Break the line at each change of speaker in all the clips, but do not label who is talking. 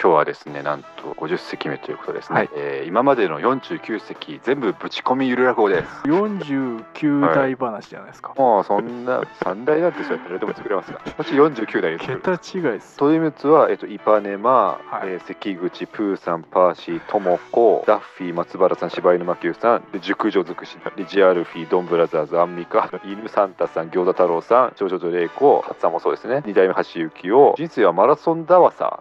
今日はですねなんと50席目ということですね、
はい
えー今までの49席全部ぶち込みゆる落語です
49代話じゃないですか。
もうそんな三大なんてそれ誰でも作れますがもし49代で作る
桁違いっすよ。
トイムツは、えっと、イパネマ、
はい
えー関口プーさんパーシーともこダッフィー松原さん柴犬真久さんで熟女尽くしでジアルフィードンブラザーズアンミカ犬サンタさん餃子太郎さん少女と玲子初さんもそうですね二代目橋幸夫人生はマラソンだわさ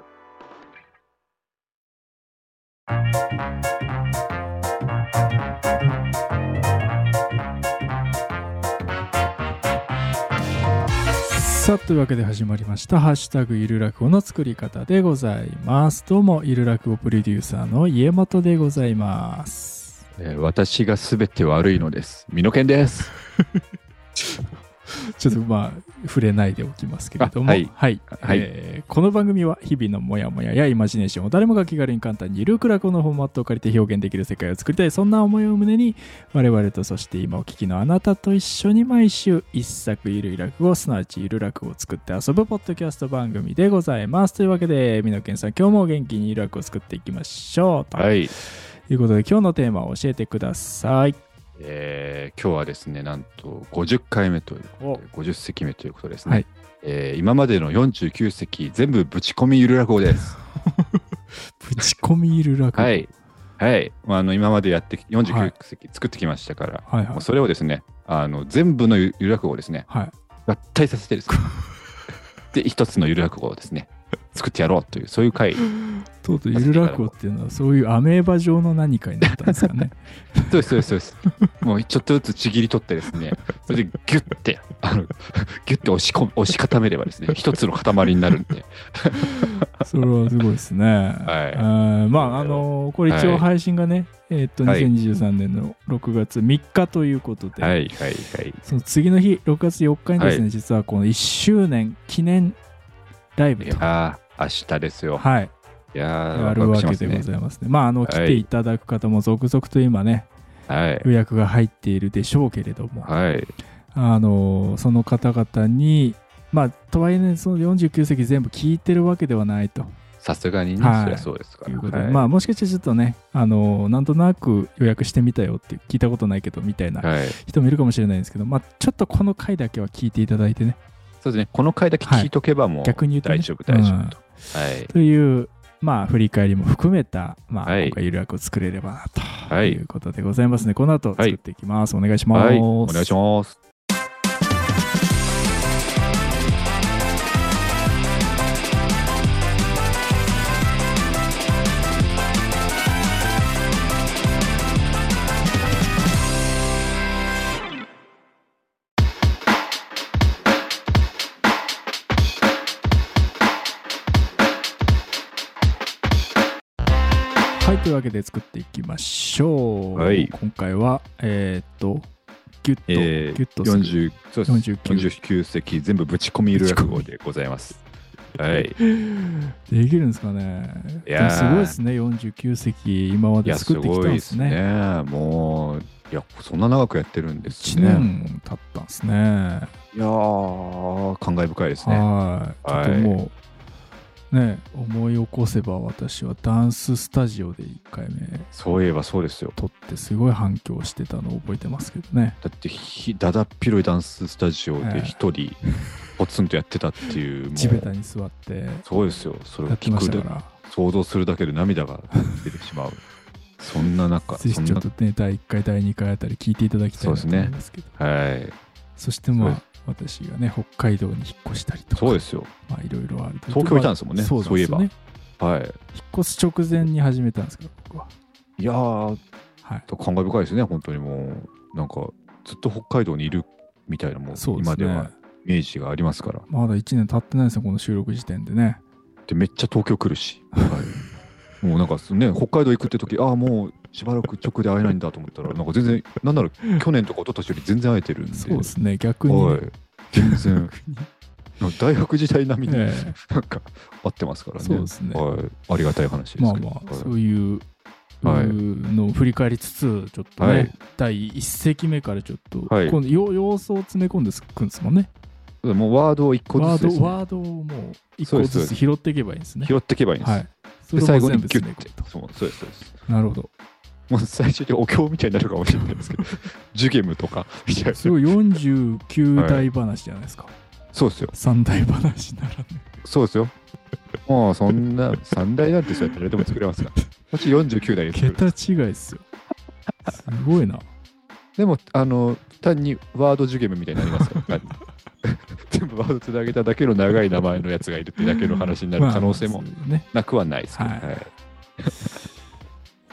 さあというわけで始まりました「ハッシュタグゆる落語」の作り方でございますどうもゆる落語プロデューサーの家元でございます
えー私が全て悪いのです。身の剣です。
ちょっとまあ触れないでおきますけれども
あはいはい
えーこの番組は日々のモヤモヤやイマジネーションを誰もが気軽に簡単にゆるく落語のフォーマットを借りて表現できる世界を作りたいそんな思いを胸に我々とそして今お聞きのあなたと一緒に毎週一作ゆるい落語すなわちゆる落語を作って遊ぶポッドキャスト番組でございますというわけで美濃健さん今日も元気にゆる落語を作っていきましょうと
はい。
いうことで今日のテーマを教えてください
えー今日はですね、なんと50回目ということで、50席目ということですね。
はい
えー今までの49席、全部ぶち込みゆる落語 です。
ぶち込みゆる落語
はい。はい。まあ、あの今までやってき
はい
49席作ってきましたから、
はいはい
もうそれをですね、あの全部のゆゆる落語をですね、
はい
合体させて ですね、で、一つのゆる落語をですね、作ってやろうという、そういう回。
とうとうゆる落語っていうのはそういうアメーバ状の何かになったんです かね
そうです、そうです、そうです。もうちょっとずつちぎり取ってですね、それでギュッて、あの、ギュッて押し込む、押し固めればですね、一つの塊になるんで。
それはすごいですね、
はい
あーまああのーこれ一応
はい
配信がね、えーっと
はい
2023年の6月3日ということで、
はい、はい、はい。
その次の日6月4日にですね、
は
実はこの1周年記念ライブ
い
と
やー、明日ですよ。
はい
いやー、
やる
ワクワ
わ
クしま
け
す
でご
ね。
ざいますねまああの
い
来ていただく方も続々と今ね
はい。
予約が入っているでしょうけれども、
はい。
あのその方々に、まあ、とはいえね、その49席全部聞いてるわけではないと
さすがにね、
はい
そりゃそうですか
い
ら。
うことで、
はい
まあ、もしかしてちょっとね、あのなんとなく予約してみたよって聞いたことないけどみたいな
はい。
人もいるかもしれないんですけど、まあ、ちょっとこの回だけは聞いていただいてね、
そうですね、この回だけ聞いとけばもう、
逆に言うとね、
大丈夫、大丈
うん
夫と。はい。
という、まあ、振り返りも含めた、まあ、
はい
今回、ゆる役を作れればなと、、
はいいう
ことでございますね。この後作っていきます。お願いします。
はい、お願いします。
はい、というわけで作っていきましょう。
はい
今回は、えーっと、ギュッと、
え
ギュッと
ー、
する
40そうです
49
49席全部ぶち込み落語でございます。はい。
できるんですかね。
いやー
でもすごいですね、49席、今ま
い
で
や、す
作ってきた
ご
ん
い
で
ですす
ね。
ね。もう、いや、そんな長くやってるんです
1
ね。
年経ったんですね。
いやー、感慨深いですね。
はい。ちょ
は
っ
い
ともう、ね、思い起こせば私はダンススタジオで1回目
そういえばそうですよ。
撮って、すごい反響してたのを覚えてますけどね。
だってひ、だだっ広いダンススタジオ
はい
で一人、ポツンとやってたっていう、もう
地べたに座って
そうですよ。それを
やって
聞
ま
く
した
だ
から。
想像するだけで涙が出てしまう。そんな中、
ぜ
そ
ひ
ん
ちょ
な
っ、とね、第1回、第2回あたり聞いていただきたいなと
そうですね
思いますけど、そ
はい。
してま
そう
あ、私がね、北海道に引っ越したりとか、
そうですよ。
まあ、いろいろあると
東京いたんですもんね
そうなんですよね。
はい。
引っ越す直前に始めたんですけど、僕は。
いやー、
はい。
感慨深いですね、本当にもう。なんか、ずっと北海道にいるみたいな、もう、
そうです
今
ね。
ではイメージがありますから。
まだ1年経ってないですよ、この収録時点でね。
でめっちゃ東京来るし、もうなんかすね北海道行くって時ああもうしばらく直で会えないんだと思ったらなんか全然なんなら去年とか一昨年より全然会えてるんで
そうですね、逆にね。
はい全然
逆に
なんか大学時代並みに
え
なんか会ってますからね
そうですね
はい、ありがたい話で
ますあ
けど、
まあ、
はい
そういう。
はい
のを振り返りつつ、ちょっとね、
はい
第1席目からちょっと、
はい
今度よ様子を詰め込んでくんですもんね。
もうワードを一個
ワ
ずつで
ー
す
ド
ね
ワードをもう一
そう
個
です
ずつ拾っていけばいいんですね。
拾っていけばいいんです、
はい。そ
で
れも
最後
全
に
部
ギュ
詰
ッ
め
て
込む
そうそうですそうです
となるほど
もう最終的にお経みたいになるかもしれないですけ どジュゲムとかみたいな
それを49大話じゃないですか、
そうですよ
三大話ならぬ
そうですよ もうそんな三大なんてそうやったら誰でも作れますからこっち49台で作る
桁違いっすよすごいな
でもあの単にワードジュゲムみたいになりますから 全部ワードつなげただけの長い名前のやつがいるってだけの話になる可能性も
まあね
なくはないですけど、
はい
はい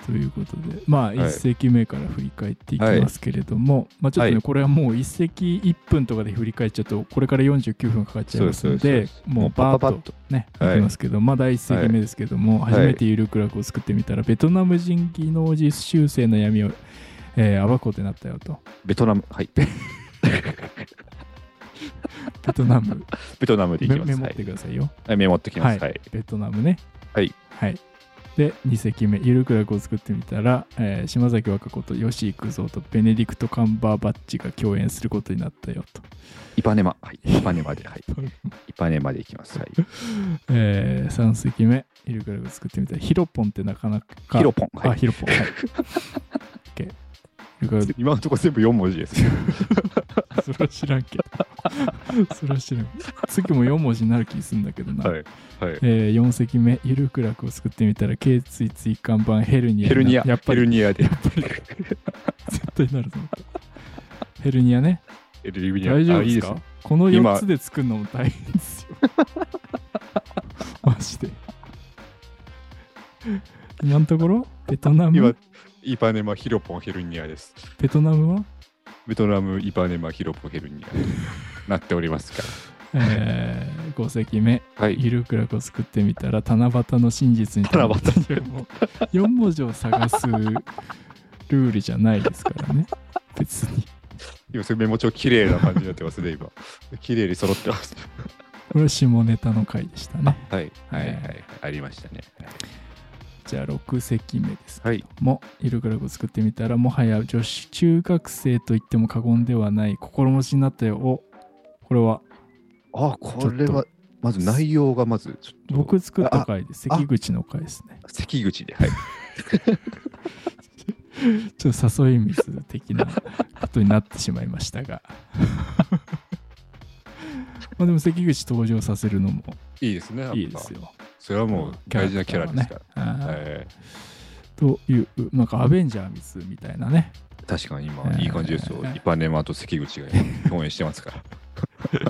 ということで、まあ、
い
1世紀目から振り返っていきますけれども、まあ、ちょっとね、
はい
これはもう1世紀1分とかで振り返っちゃうと、これから49分かかっちゃいますの
そう
で
ですそう、です
もうバー
もうパパ
ッとね、
はい
いきますけど、まだ1世紀目ですけども、
い
初めてゆるクラクを作ってみたら、ベトナム人技能実習生の闇を、えー暴こうってなった よと。
ベトナムはい
ベトナム、
ベトナムでいき
メ
ます
メモっ
はい
てくださいよ。
はいメモってきます
は
はいい
ベトナムね。
はい。
はい。で、2席目、ゆるくらくを作ってみたら、えー島崎和歌子と吉幾三とベネディクト・カンバーバッチが共演することになったよと。
イパネマはいイパネマではいイパネマでいきますはい
え3席目、ゆるくらくを作ってみたら、ヒロポンってなかなか。
ヒロポン
あ、
はい
ヒロ ポン。はい。OK。ゆるく
今のところ全部4文字です
らくそれは知らんけど。 それは知らん。次も4文字になる気するんだけどな。
はいはい
え4席目、ゆるくらくを作ってみたら、頸椎椎間板ヘルニア。
ヘルニア
やっぱ
ヘ
り
ルニアで
絶対なると思った。ヘルニアね。
ヘルニア
大丈夫
あ
で
いい
す
で
か
す
この
今
4つで作るのも大変ですよ。 マジで。今のところベトナ
今
ム
イパネマヒロポンヘルニアです
ベトナムは、
ベトナムイパネマヒロポンヘルニアとなっておりますか
え5席目、
らはい
ゆるくらくを作ってみたら、七夕の真実に頼む。
七夕
もう4文字を探すルールじゃないですからね。別に。
今すごいメモ帳綺麗な感じになってますね今綺麗に揃ってます
これは下ネタの回でしたね。
はい
はいはい
ありましたね
じゃあ6席目です。
はい
もイルグラブを作ってみたらもはや女子中学生と言っても過言ではない心持ちになったよおこれは
あこれはまず内容がまずちょっと
僕作った回です関口の回ですね
関口ではい
ちょっと誘い水的なことになってしまいまし たがまあでも関口登場させるのも
いいですねやっぱ
いいですよ
それはもう大事なキャラですから
キャラクターはね
え
というなんかアベンジャー水みたいなね
ー確かに今
はい
いい感じですよ
はい
イパネマと関口が共演してますから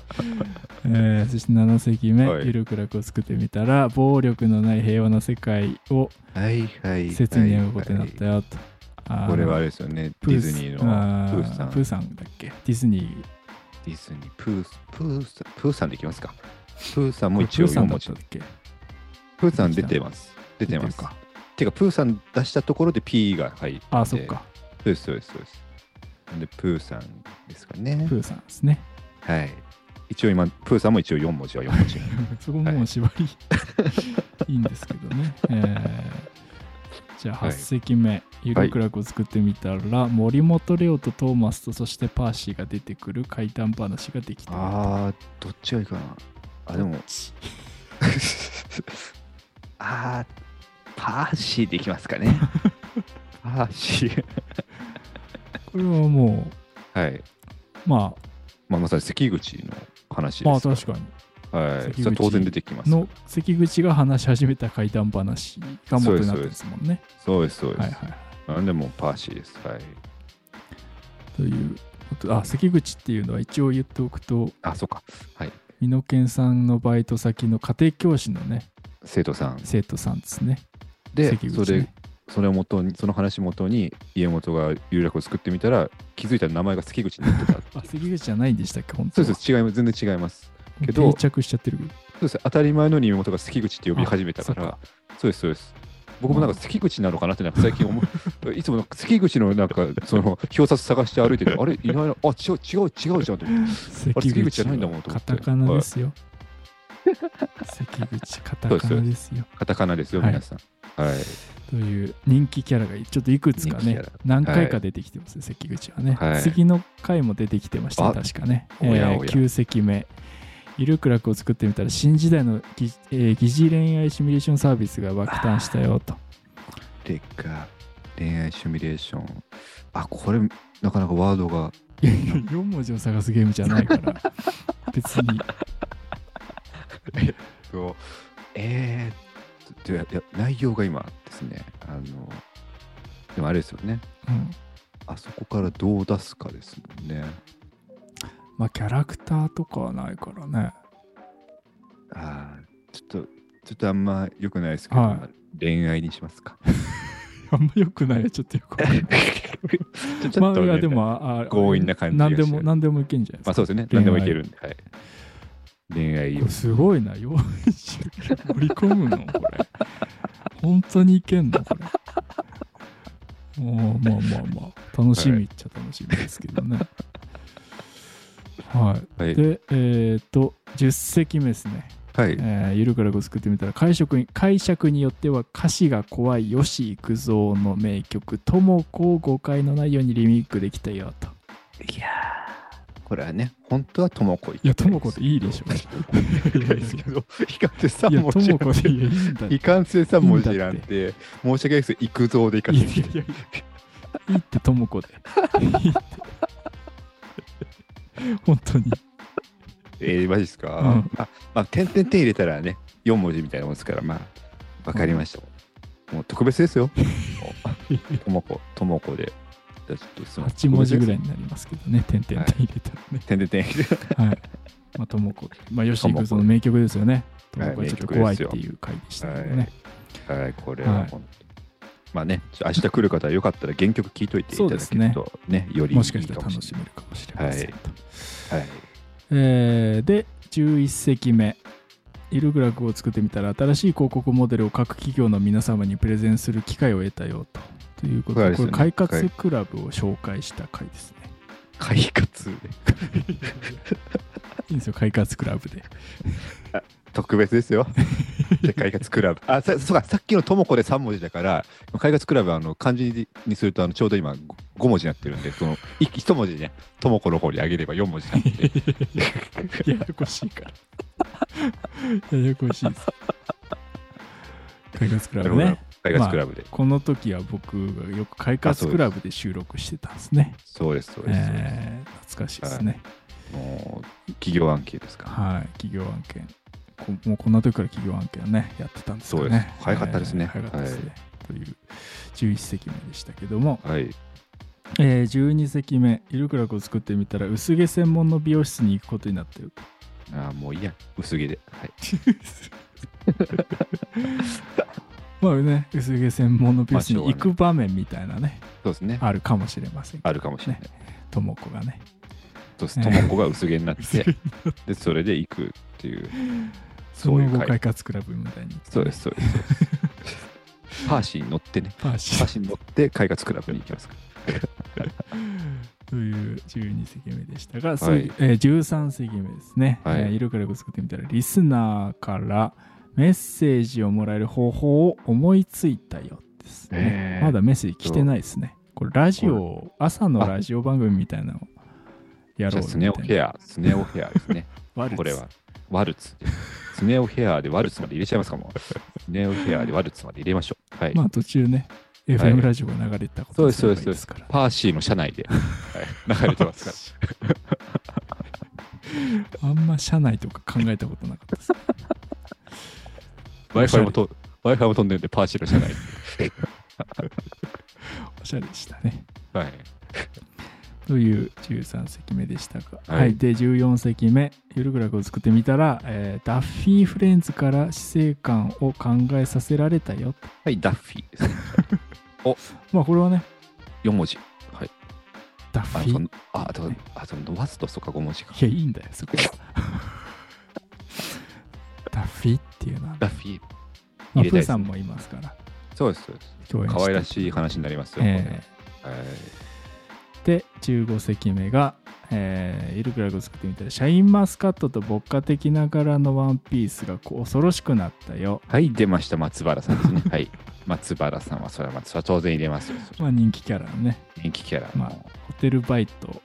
えーそして7席目、
はい
ゆるくらくを作ってみたら暴力のない平和な世界を
はいはい
説明がことになったよと。あー
これはあれですよね
プ
ディ
ス
ズニーの
あ
プーさん
プーさんだっけディズニー。
ディズニープースプースプーさんでいきますかプーさんも
これ
一応
プーさ
4
んだ
文
っ
字
たっけ
プーさん出てます出てます
出てるか
てかプーさん出したところで P が入って
あー、そっか。
そうですそうですそうですなんでプーさんですかね
プーさんですね。
はい一応今プーさんも一応4文字は4文字
そこもう縛り、 い、いんですけどね。えーじゃあ
はい
8席目、ゆるくらくを作ってみたら、森本レオとトーマスとそしてパーシーが出てくる怪談話ができたよと。
あーどっちがいいかなあでも あーパーシーでいきますか ねパーシー
これはも
はい、
う、まあ、
まあ、まさに関口の話です
まあ
ら
確かに。
はい、
関口
それは当然出てきます
の関口が話し始めた怪談話が元になってるんですもんね。
そうですそうです、
はいはい。
なんでもうパーシーですはい
ということあ関口っていうのは一応言っておくと
あそうかはい
美濃健さんのバイト先の家庭教師のね
生徒さん
生徒さんですね。
で、
関
そ
口
れ
ね
それを元にその話元に家元が有楽を作ってみたら気づいたら名前が関口に なってた
あ関口じゃないんでしたっけ本当
そう
は
です違います全然違いますけど
定着しちゃってるけど
そうです当たり前のように家元が関口って呼び始めたから
あそ
そうですそうです僕もなんか関口なのかなってなんか最近思う いつもなんか関口のなんかその表札探して歩いててあれいないなあ違う違う違うじゃんと思って
関
あれ関口じゃないんだもんと思
カ
って
タカナですよ。関口カタカナですよ。
カタカナですよ
はい
皆さんはい
という人気キャラがちょっといくつか
人気キ
ね
ャラ
何回か出てきてますね、関口はね、
はい
次の回も出てきてました
あ
確かね
おやおや
9席目ゆるく楽を作ってみたら新時代のぎ、えー疑似恋愛シミュレーションサービスが爆誕したよ と。
でか恋愛シミュレーションあこれなかなかワードが
いやいや4文字を探すゲームじゃないから。別に。
えーといやいや内容が今ですねあのでもあれですよね
うん
あそこからどう出すかですもんね
まあキャラクターとかはないからね。
あーちょっとちょっとあんま良くないですけど、
は
恋愛にしますか
あんま良くないよ、ちょっとよく わかんない。
ちょ
まあ、
ね
いやでも、ああ
強引な感じが
何で
して
も、
る
何でもいけんじゃない
ま
で
あ
すか。
そうですよね
恋愛
何でもいけるんで、はい、恋愛
こ
を
れすごいな、用意し盛り込むの、これ。本当にいけんの、これ。もうまあまあまあ、楽しみっちゃ楽しみですけどね。はい。
はい、
で、えっ、と、10席目ですね。
はい、
えーゆるくらく作ってみたら解釈に解釈によっては歌詞が怖い吉幾三の名曲「ともこ」を誤解のないようにリメイクできたよ と。
いやーこれはね、本当はともこい
いや、ともこでいいでしょ。
ょ。いや、いいですけど、いかんせん
いや、
3文
と
字
もこ
らん
でい
て。
いいんだ。い
いかんせん3文字なんて、申し訳ないですけど、いくぞでいか
やい
せ
や
ん。
いや、いいってともこで。いいって。本当に。
えー、マジですか、
うん
まあ、まあ、点々点入れたらね、4文字みたいなもんですから、まあ、わかりました、もう特別です よ。ともこ、ともこで。じゃあちょっとすいませ
8
ん
文字ぐらい
特
になりますけどね、点々点入れたらね。
別です点々点。
はい。まあ、ともこ。まあ、吉幾三の名曲ですよね。と
はい
もこはちょっと怖いっていう回でしたけどね。
はい、これは本当に。まあね、ちょ明日来る方はよかったら原曲聴いといていただけるとね、よりいい
もしかしたら
も
楽
し
し
れな
めるかもしれませんと、
い。はい
えーで11席目イルグラフを作ってみたら新しい広告モデルを各企業の皆様にプレゼンする機会を得たよとということ
これあれで
で
す
こ
よ
れ
ね
快活クラブを紹介した回ですね
快活
いいんですよ快活クラブで
特別です よ。じゃあ快活クラブ。あ、さそうか、さっきのともこで3文字だから、快活クラブはあの漢字にするとあのちょうど今5文字になってるんで、そのい一文字ね、ともこの方にあげれば4文字なんで。
ややこしいか らややこしいです快活クラ
なる
ブ
ほど
ね
快活クラブで。
この時は僕がよく快活クラブで収録してたんですね
そうです、そうです。そうです
えー懐かしいですね、
もう企業案件ですか。
はい、企業案件。こもうこんな時から企業案件をね、やってたんです
そ
よね。
うです早かったですね
えー早かったですね。という11席目でしたけども、
はい。
えー12席目、ゆるくらくを作ってみたら、薄毛専門の美容室に行くことになって ると。
あーもういいや、薄毛で。はい。
まあね、薄毛専門の美容室に行く場面みたいなね、
そうですね。
あるかもしれませんけど。
あるかもしれない。
ともこがね。
そうです。ともこが薄毛になって、 で、それで行くっていう。
そ
そういう
の後、
回
快活クラブみたいに。
そうです、。そうです。そうですパーシーに乗ってね。
パーシー
パーシーに乗って、快活クラブに行きますか。
という12席目でしたが、
い
次えー13席目ですね。
はい
えー色からよく作ってみたら、リスナーからメッセージをもらえる方法を思いついたようですね
え。ー
まだメッセージ来てないですね。これ、ラジオ、朝のラジオ番組みたいなのをや
じ
ろ
ゃあ
う
スネ
み
オ
たい
ヘ
な。
ア、 スネオヘアです ね。
ワルツ
これは。。ワルツ。スネオヘアでワルツまで入れちゃいますかもう。スネオヘアでワルツまで入れましょう。はい。
まあ途中ね、FM ラジオが流れてたこと
そう
に
です、そうです。
ればいい
そう
で
ですす
から。
パーシーの車内で、はい、 流れてますから。
あんま社内とか考えたことなかったです。
Wi-Fi もと Wi-Fi も飛んでるんで、パーシーの車内で。
おしゃれでしたね。
はい。
という13席目でしたが、は
はいい
で14席目ゆるグラフを作ってみたら、えーダッフィーフレンズから死生観を考えさせられたよ
はい、ダッフィーですね。
まあこれはね
4文字。はい。
ダッフ
あ、
ィ
そ
ーい
のあ、とあ、その伸ばすと、そっか、5文字か。
やいいんだよそこは ダッフィーっていうのは、
ダッフィー。
まあ、
入
プ
れたいですね
ーさんもいますから
そうです、そうです。
共演して
可愛らしい話になりますよ。
え
これはい
ーで15席目がえー、ゆるグラフを作ってみたらシャインマスカットと牧歌的な柄のワンピースがこう恐ろしくなったよ
はい、出ました、松原さんですね。はい。松原さんは、それは、それは当然入れますよ。
まあ人気キャラのね
人気キャラの。
まあホテルバイト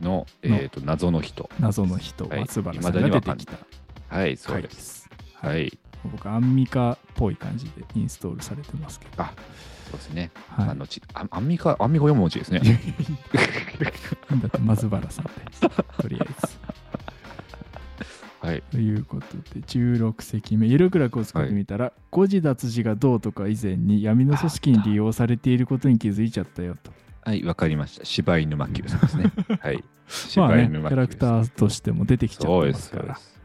の、えー、と謎の人。
謎の人、
はい
松原さんが出てきた
はい、そう
回
で。
ですす。
はい、
僕、アンミカっぽい感じでインストールされてますけど。
あそうですね。
は
あ
い、
のちあアンミカ、アンミカ4文字ですね。
だって松原さんです。とりあえず。
はい。
ということで16席目「ゆるくらく」を作ってみたら、誤字脱字がどうとか以前に闇の組織に利用されていることに気づいちゃったよと
はい、わかりました。柴犬真弓さんですね。 はい。
まあ
柴
ねキ
犬真
ャラ
弓
ク
さん。
ターとしても出てきちゃっ
そう
て
で、
ますす
そ
か
うで
ら
す。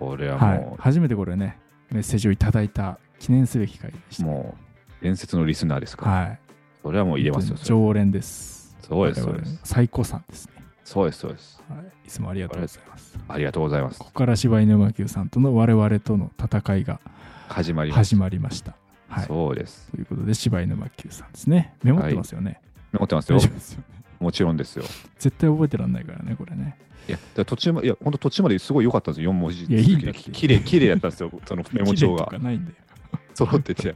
これは
はい
も、
初めてこれねメッセージをいただいた記念すべき回でし
う、
た
もう、伝説のリスナーですから。
はい
それはもう入れますよ。それ
常連です
そうです
我
そう
々
です
最高さんですね、
そうです、そうです。
はい、いつもありがとうございます
ありがとうございます
こ。こから柴犬馬球さんとの我々との戦いが
始まります。
始まりましたはい
そうです。
ということで柴犬馬球さんですねメモってますよね、
持ってます
大
よ
丈。夫ですよね
もちろんですよ。
絶対覚えてらんないからねこれね
いや、だから途中まで、いや、本当途中まですごい良かったんですよ、4文字。
いやいいんだって
きれい、きれいだったんですよ、 そのメモ帳
綺麗と
が
か。ないんだよ
揃ってて。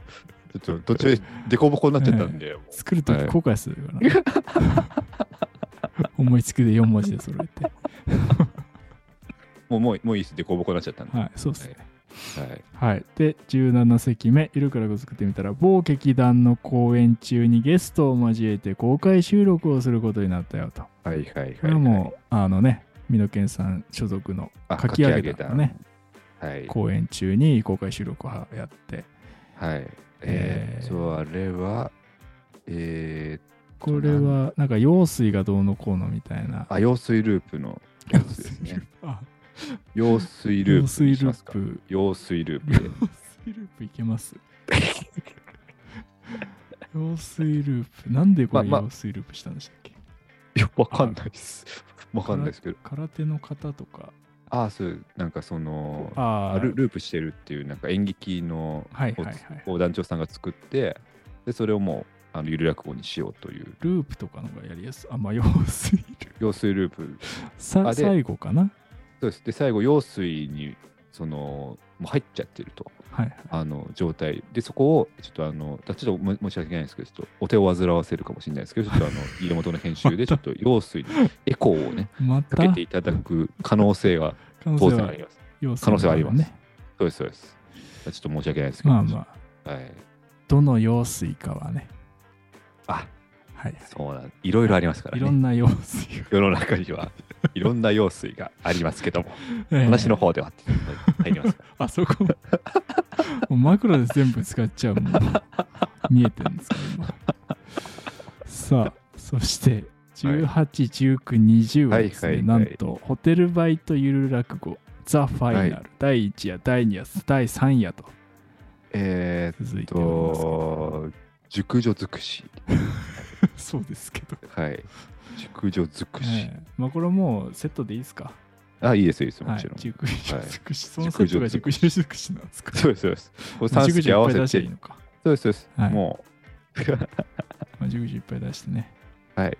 ちょっと途中でデコボコになっちゃったんで、もう
作るとき後悔するよ な思いつきで4文字で揃えて
もうもうもういいです、デコボコになっちゃったんで。
はいそうですね
はい、
はいで17席目「ゆるくらご作ってみたら某劇団の公演中にゲストを交えて公開収録をすることになったよと
はい、はいはいはい。
これはもうあのね美濃健さん所属の
あ
書き上げたのね
はい。
公演中に公開収録をやって
はい。
え
えー、
ー
と、あれは、え
これはなんか用水がどうのこうのみたいな
ー、あ、用水ループのやつですね。
あ
用水ル
用
ープに
水
し
ル
ます
ー
か。
プ
用水ルー
用
プで。
水ループいけます 用水ループなんでこれ
まあまあ
用水ループしたんでしたっけ、
いや、わかんないです。わかんないですけど。
空手の方とか
ああ、そう、なんかその、
あ
あルループしてるっていうなんか演劇の
はいはいはい
を団長さんが作ってでそれをもうあのゆる落語にしようという
ループとかのがやりやすいあまあ用水ループ
用水ループ
さ
あで
最後かな
そうですで最後用水にそのもう入っちゃってると
はいはい
あの状態でそこをちょっとあのちょっとも申し訳ないんですけどちょっとお手を煩わせるかもしれないですけどちょっとあ の家元の編集でちょっと用水にエコーをね
ま
か
た
けていただく可能性が
可能
当
性
然
は
あります
用水
可能性はあります
ね
そうですそうですちょっと申し訳ないですけど
まあまあ
はい
どの用水かはね
あ
はい
そうなんいろいろありますから
い
ね
ろんな用 水が
世の中にはいろんな用水がありますけども、話の方ではって入りますか
あそこもうマクロで全部使っちゃうもん見えてるんですか今さあそして181920はですね、
はいはい
な
はい
んとホテルバイトゆる落語ザ・ファイナル、
は
第1夜第2夜第3夜と
え
続
ー
い
って
おりますけ
と、
ど
熟女尽くし。
そうですけど、
はい。熟女尽くし。
ええまあこれもうセットでいいですか
あ、いいですよ、いいですよ、
は
も
い
ちろん。
熟女尽くし、そ
はい
のセットが熟女尽くしなんですか
そうです、そうです。これ
まあ
三
熟
席
女
合
い
わ
っぱい出
せ
してい
て
い。のか、
そうです、そうです。
はい
も
まあ、熟女いっぱい出してね
う、はい。
っ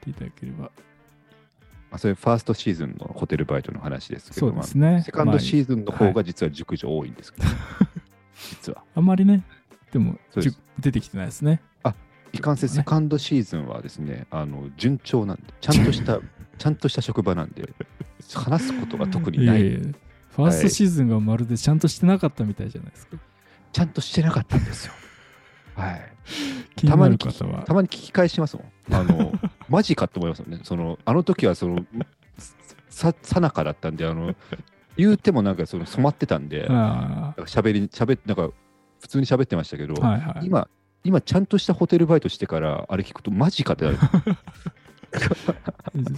ていただければ
まあ、それファーストシーズンのホテルバイトの話ですけ
そ
ど
う
も、
ですね
セカンドシ
まあ
ーズンの方が実は熟女多いんですけど、実は。
あんまりね、でも
そう
じ
で
ゅ
す
出てきてないですね。
いかんせん
そうですね
セカンドシーズンはですね、あの順調なんで、ちゃんとした、ちゃんとした職場なんで、話すことが特にない
えいえファーストシーズンがまるでちゃんとしてなかったみたいじゃないですか。
ちゃんとしてなかったんですよ。はい。
気に
た
な
ま
る
に聞
方は
た。まに聞き返しますもん。あ の、マジかって思いますもんね。その、あの時はその、さ、さなかだったんで、あの、言うてもなんかその染まってたんで、
あ
喋り、喋って、なんか普通に喋ってましたけど、
あ、はいはい。
今、今ちゃんとしたホテルバイトしてから、あれ聞くとマジかってな る。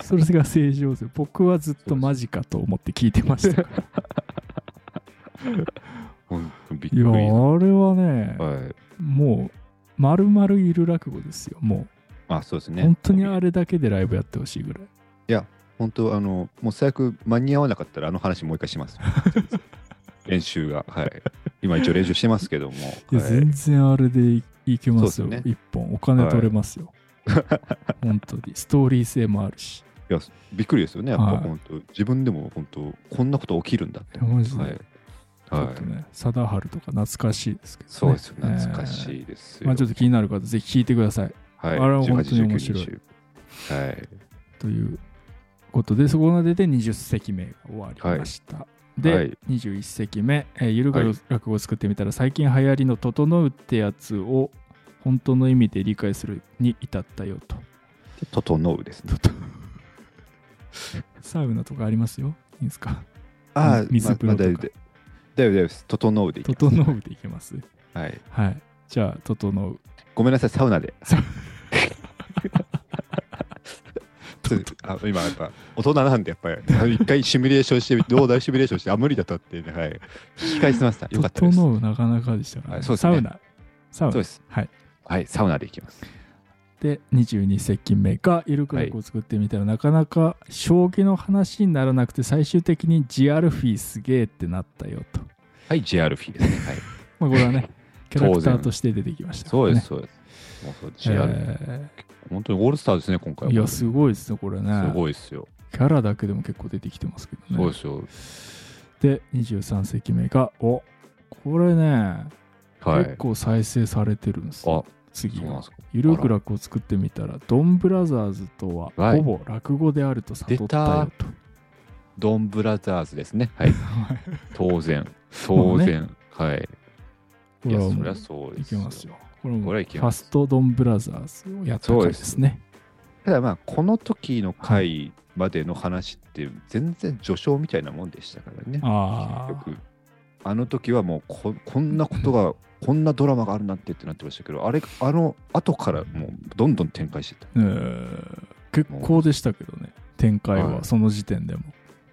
それが正常ですよ。僕はずっとマジかと思って聞いて ましたから。
ほんとびっく
い
り。
や、あ
は
れはね、
い。
もう、まるまるゆる落語ですよ。も
あ、そうです
う、
ね。
本当にあれだけでライブやってほしいぐらい。
本当あのもう最悪間に合わなかったらあの話もう一回し ます練習がはい今一応練習してますけども、
いや、
はい
全然あれでいいけますよ。
そうです
一本。お金取れますよ。本当に。ストーリー性もあるし。
いやびっくりですよねやっぱ、
はい
本当自分でも本当こんなこと起きるんだって
いやマジで。
はい、
ちょ
は
っと
い、
ね、貞治とか懐かしいですけど、ね。
そうですよ懐かし
い。
いですよ、
まあちょっと気になる方、ぜひ聞いてください。
はい、
あれは本当に面白い
18 19はい
ということで、そこまでで20席目が終わりました。で、
はい
21席目、えーゆるが落語を作ってみたら、最近流行りの「整う」ってやつを本当の意味で理解するに至ったよと。
整うですね。
サウナとかありますよ。いいですか。
ああ、
水風
ま
呂とか
あまあ大丈夫で大丈夫です。整うでいきます
整うでいけます。
はい。
はい。じゃあ、整う。
ごめんなさい、サウナで。
サ
ちょっとあ今やっぱ大人なんでやっぱりあの一回シミュレーションしてどうだいシミュレーションしてあ無理だったっていうねはい引き返しま したよかったです
整うなかなかでしたから、
はいそうです
サ
ね
ウナ。サウ
そう
ナ。
です
はい。
はいサウナでいきます
で、22席目が、ゆるく落語を作ってみたら、なかなか将棋の話にならなくて、最終的にジアルフィーすげえってなったよと。
はいジェアルフィーですね はい
まあ、これ はね、キャラク
当
ター
然
として出てきましたか
そう
らね、
です、そうです。もうそう、ジアル
え
本当にオールスターですね、今回は。
ーいや、すごいですね、これね。
すごいですよ。
キャラだけでも結構出てきてますけどね。
そうですよ。
で23席目がおこれね、
はい。
結構再生されてるんですよ
あ、
次
そうなん
が
ですか。
ゆるく楽を作ってみたらドンブラザーズとは
はい
ほぼ落語であると悟ったよと
ドンブラザーズですね。はい。当然。当然。はい。
こ
い
れ
や、
は
そ
も
りゃ
う
そう
い
です。
けますよ。これも
こ
フ
れはいけま
ァ
す
ストドンブラザーズをやった回ですね
ただまあ、この時の回までの話って、全然序章みたいなもんでしたからね。
あ
結局。あの時はもうこ、こんなことが、こんなドラマがあるなんてってなってましたけど、あれ、あの後からもう、どんどん展開して
あ、うん結構でしたけどね展開
は
はいその時点でも、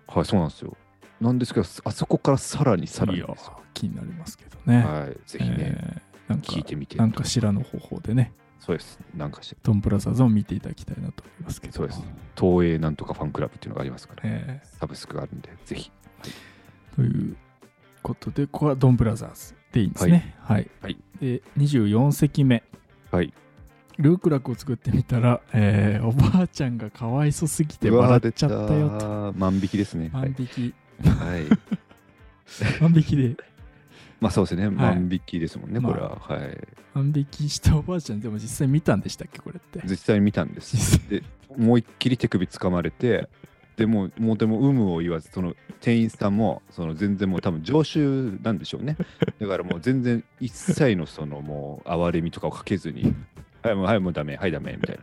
た。はい、そうなんですよ。なんですけど、あそこからさらにさら
い
に
や
ですよ。
気になりますけどね、
はい、ぜひね、
えーなんか
聞いてみて。
なんかしらの方法でね
そうです。なんかして、
ドンブラザーズを見ていただきたいなと思いますけど
そうです東映なんとかファンクラブっていうのがありますから、
え
サブスクがあるんで、ぜひ。
ーということでここはドンブラザーズでいいんですねはい、
はい
で24席目
はい。
ルークラクを作ってみたら、えーおばあちゃんがかわいそすぎて笑っちゃったよと
と。万引きですね。は
万
い。
引き
はい、
万引きで
まあそうですね、
い
万引きですもんね、
まあ
これは。はい。
万引きしたおばあちゃんでも実際見たんでしたっけこれって
実際見たんです。
実際
で、思いっきり手首掴まれて、でもうもうでも有無を言わず、その店員さんもその全然もう多分常習なんでしょう ね。だからもう全然一切のそのもう哀れみとかをかけずに、はいもうはいもうダメ、はいダメみたい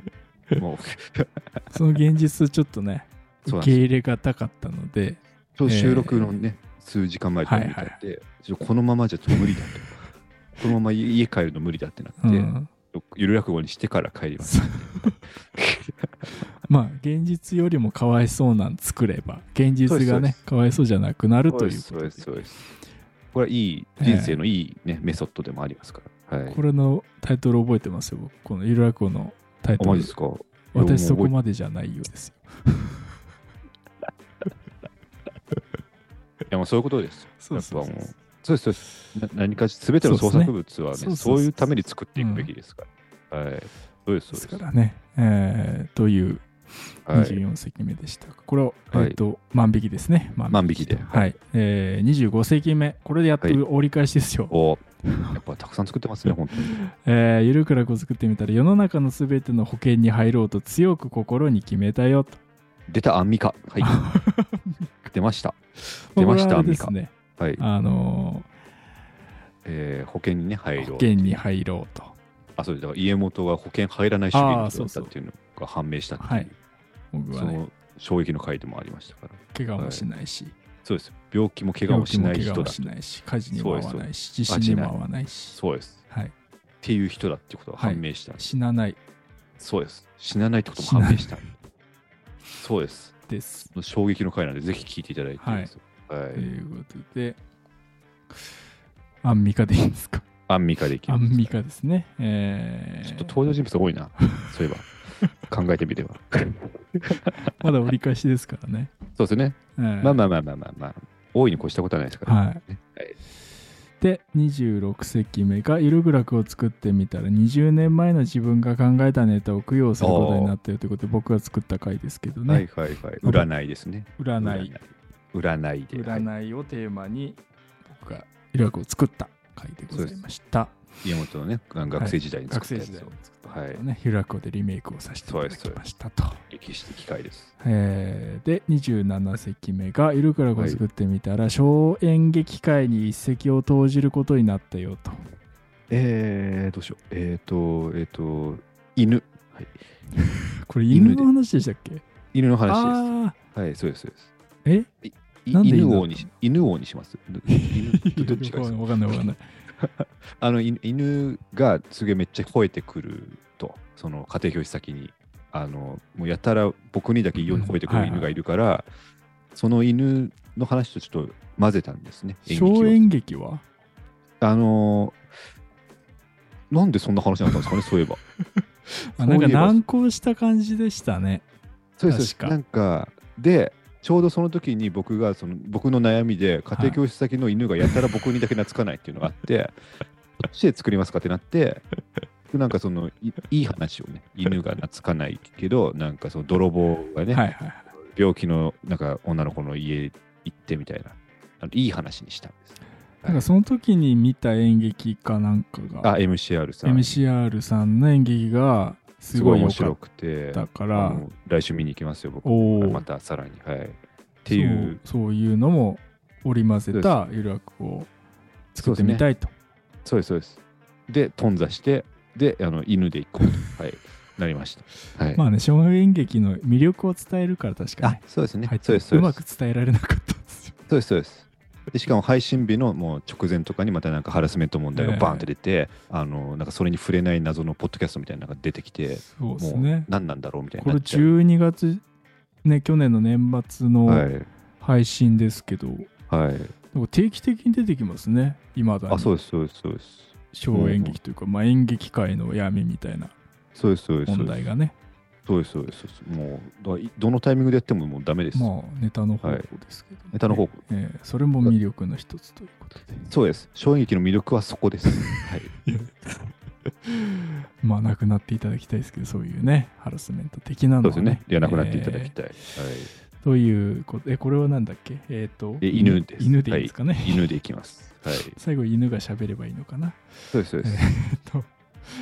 な。もう
その現実ちょっとね
そう
受
なんです
け入れがたかったので
ちょうど収録のね、数時間前とかに見たって、ちょこのままじゃちょっと無理だと。このまま家帰るの無理だってなって、
うん
ゆる落語にしてから帰ります。
まあ現実よりもかわいそうなん作れば現
そうです
実
そ
が
うで
ね
す
かわいそうじゃなくなる
そ
と
う
い
で
う
す、
こ
そう
とで
です、そうです。これはいい、人生のいいね、メソッドでもありますから。はい。
これのタイトル覚えてますよ僕このゆるらこのタイ
あ、
ト
マ
ル
ジですか
私そこ
で。
までじゃないようですよ
いや、まあそういうことです。
そうそうそう
やっぱもうそうです、そうです。な何かし、すべての創作物はね、そう
そうですねそうそうそう
いうために作っていくべきですから。はい。そうです、
で
そう
す
です。
からね、えーという
はい。
24席目でした、これを、
はい
えーと万引きですね万
万引きで。
はい、えー、25席目これでやっと
はい
折り返しですよ、
おやっぱたくさん作ってますね、本当に。
えーゆるくらこ作ってみたら世の中のすべての保険に入ろうと強く心に決めたよと
出た、アンミカ。はい。 出ました。出ました
これはあれですね
はい。
あの
えー保険にね、
ー
入ろ
保
う。
険に入ろうと
あ、そうです。だから家元が保険入らない主義
あー
の人
そ
だ
う
っ
そ
た
う
っていうのが判明したっていう
はい僕は
そ
ね
の衝撃の回でもありましたから。
怪我もしないし、
そうです。病気も怪我もしない人
病気も怪我
だ
も。しないし火事にも合わ
そう
ないし地震にも合わないし
そうです。
はい、
っていう人だってことが判明した。
死なない
そうです。死なないってことも判明した。そうです。
です
衝撃の回なんで、ぜひ聞いていただいて。
はい
は
と
い。
いうことでアンミカでいいんですか
アンミカでいき
ア
ます。
ンミカですねえー
ちょっと登場人物が多 いな。そういえば。考えてみれば。
まだ折り返しですからね、
そうですね。
えー
まあまあまあまあまあまあ。大いに越したことはないですから。
はい。で、26席目が、ゆるグラクを作ってみたら、20年前の自分が考えたネタを供養することになったよということで、僕が作った回ですけどね、
はいはいはい。占いですね。
占い、。
占いで。はい
占いをテーマに、僕がゆるグラクを作った回でございました。
家元のね、あの学生時代に作
学
った
生
やつ
時代
を
に作ったものをね、ヒュラコでリメイクをさせていただきましたと。
歴史的回です。
えーで27席目が「ゆるくらご作ってみたら、小演劇界に一石を投じることになったよ」と
えー、どうしよう。えっ、と、えっ、と、犬。
これ
犬で
犬の話でしたっけ
犬の話で
ああ
す。はい、そうです、そうです。
え
い
なんで犬
犬王にし、犬王にします。犬とどっちがいいで すか
わかんないわかんない
あの犬犬がすげえめっちゃ吠えてくると、その家庭教師先に、あのもうやたら僕にだけ異様に吠えてく
うん
る犬がいるから、その犬の話とちょっと混ぜたんですね。演劇を
小演劇は
あのーなんでそんな話になったんですかね、そういえば。
あなん
そうい
か
えば
難航した感じでしたね
そうですそうです
確か
なんかでちょうどその時に僕がその僕の悩みで家庭教師先の犬がやたら僕にだけ懐かないっていうのがあって、 こっちで作りますかってなってでなんかそのいいい話をね犬が懐かないけどなんかその泥棒がね、
はいはい
病気のなんか女の子の家行ってみたいなあのいい話にしたんです。
なんかその時に見た演劇かなんか
あ
が
MCR さん
MCR さんの演劇がす
すご
ご
い
い良
面
か
白
っ
くて
たか
あ
ら
の来週見に行きますよ僕
おー
またさらにはいっていう
そうそういうのも織り交ぜたゆるくを作ってみたいと
そうです、そうです。で、頓挫して、で、あの犬で行こうと、はい、なりました。はい。
まあね、小演劇の魅力を伝えるから確かに
あ、、そうですね。
はい
そうです、そう
う
で。
ますく伝えられなかったんですよ。
そうです、そうです。でしかも配信日のもう直前とかにまたなんかハラスメント問題がバーンって出て、あのなんかそれに触れない謎のポッドキャストみたいなのが出てきて、
そうです
もう
ね。
何なんだろうみたいに
こ
な
れ
っちゃう。
12月、ね、去年の年末
は
の
い。
配信ですけど、
はい。
なんか定期的に出てきますね、今だ
あ、
に
そうです、そうです、そうです。
小演劇というか、まあ、演劇界の闇みたいな
そうです、そうです。
問題がね、
そうです、そうです。そうですもう、だからいどのタイミングでやってももうダメです。
まあ、ネタの方向ですけど、
ネタの方向
ええそれも魅力の一つということで、
そうです。衝撃の魅力はそこです。はい。
まあ、なくなっていただきたいですけど、そういうね、ハラスメント的
そう
なの
で
は
すね。いや、なくなっていただきたい。はい。
ということえこれはなんだっけえっ、と
え犬です
犬でいいですかね、
犬でいきます。はい。
最後犬が喋ればいいのかな
そうです、そうです。
えっと、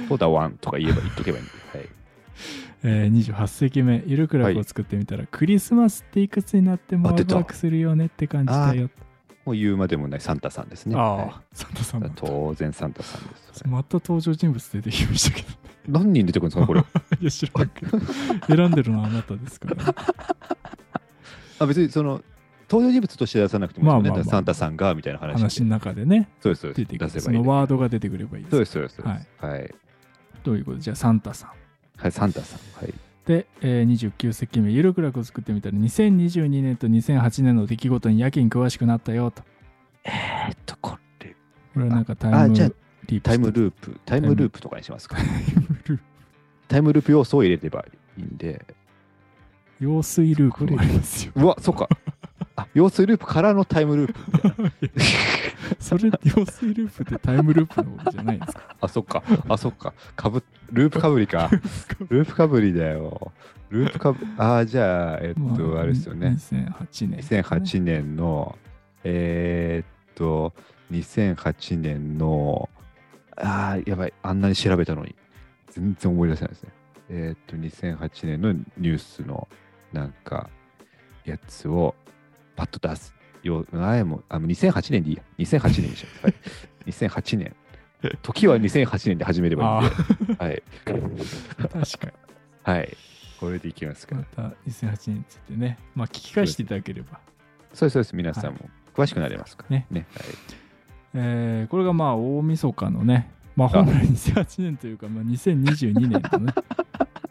ポダワンとか言えば言っとけばいいんで。はい。
えー、28世紀目ゆるくらくを作ってみたら、クリスマスっていくつになっても
あ
ワ
出
ク
た
ワクするよねって感じだよ
もう言うまでもないサンタさんですね。
ああ、
は
サンタさ
い
んだ
当然サンタさんです。
また登場人物出てきましたけど
何人出てくるんですか、これ。
いや知らん けど選んでるのはあなたですから、ね、
あ別にその登場人物として出さなくてもいいですよ
まあま
ね、
あまあ
サンタさんがみたいな話で。
話の中でね
そうです、そうで
出
す。
てく
出
る
せ
そ
ばいい
の
ね。
ワードが出てくればいいです
そうです、そうです。そうですはい。
ということでじゃあサンタさん
はい、サンタさん。はい。
で、えー29世紀目ゆるくらくを作ってみたら2022年と2008年の出来事にやけに詳しくなったよと
えっと、これ。
これはなんかタ
あ
イム
じゃあ
リープ
タイム
ー
ループ、タイムループとかにしますか。
プ
タイムループ要素を入れればいいんで。
用水ループもあります よ
うわ、そっか。あ、用水ループからのタイムループみたいな。
それ用水ループってタイムループのことじゃないんで すか
あ、そっか。あ、そっか。かぶ、ループかぶりか。ループかぶりだよ。ループかぶ、あーじゃあ、えっと、
ま
あれですよね。
2008年
2008年の、えーっと、2008年の、あーやばい、あんなに調べたのに、全然思い出せないですね。えーっと、2008年のニュースの、なんか、やつを、パッと出す。よあえもあもう2008年でいいや。2008年にします。 はい、2008年。時は2008年で始めればいいんで。はい。
確かに
はい。これでいきますか
ま
ら。
た2008年についてねまあ聞き返していただければ、
そうです、そうです。皆さんも詳しくなれますから
ね
ね。はい
えーこれがまあ大晦日のねまあ本来2008年というか、まあ、2022年の ね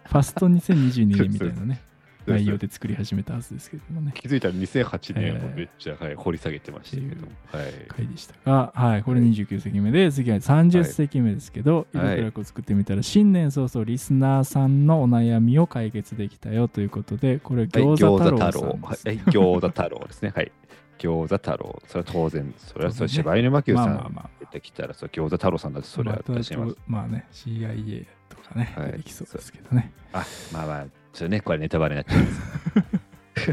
ファスト2022年みたいなね
そうです
内容で作り始めたはずですけどもね
気づいたら2008
え
年
ー
もめっちゃ、はい、掘り下げてましたけども、はい、
回でしたが、はい、これ29席目で次は30席目ですけど、
はい
いろくらくを作ってみたら新年早々リスナーさんのお悩みを解決できたよということでこれ
はい
餃子太郎さんです、
はい餃子太郎ですねはい餃子太郎それは当然それはそれ柴犬真紀
ま
さ
あまあ
ん
まあ
出てきたらそう餃子太郎さんだってそれは
また
出します、
まあね CIA とかね、
はい
出てきそうですけどね
あまあまあちょっとねこれネタバレになっちゃいます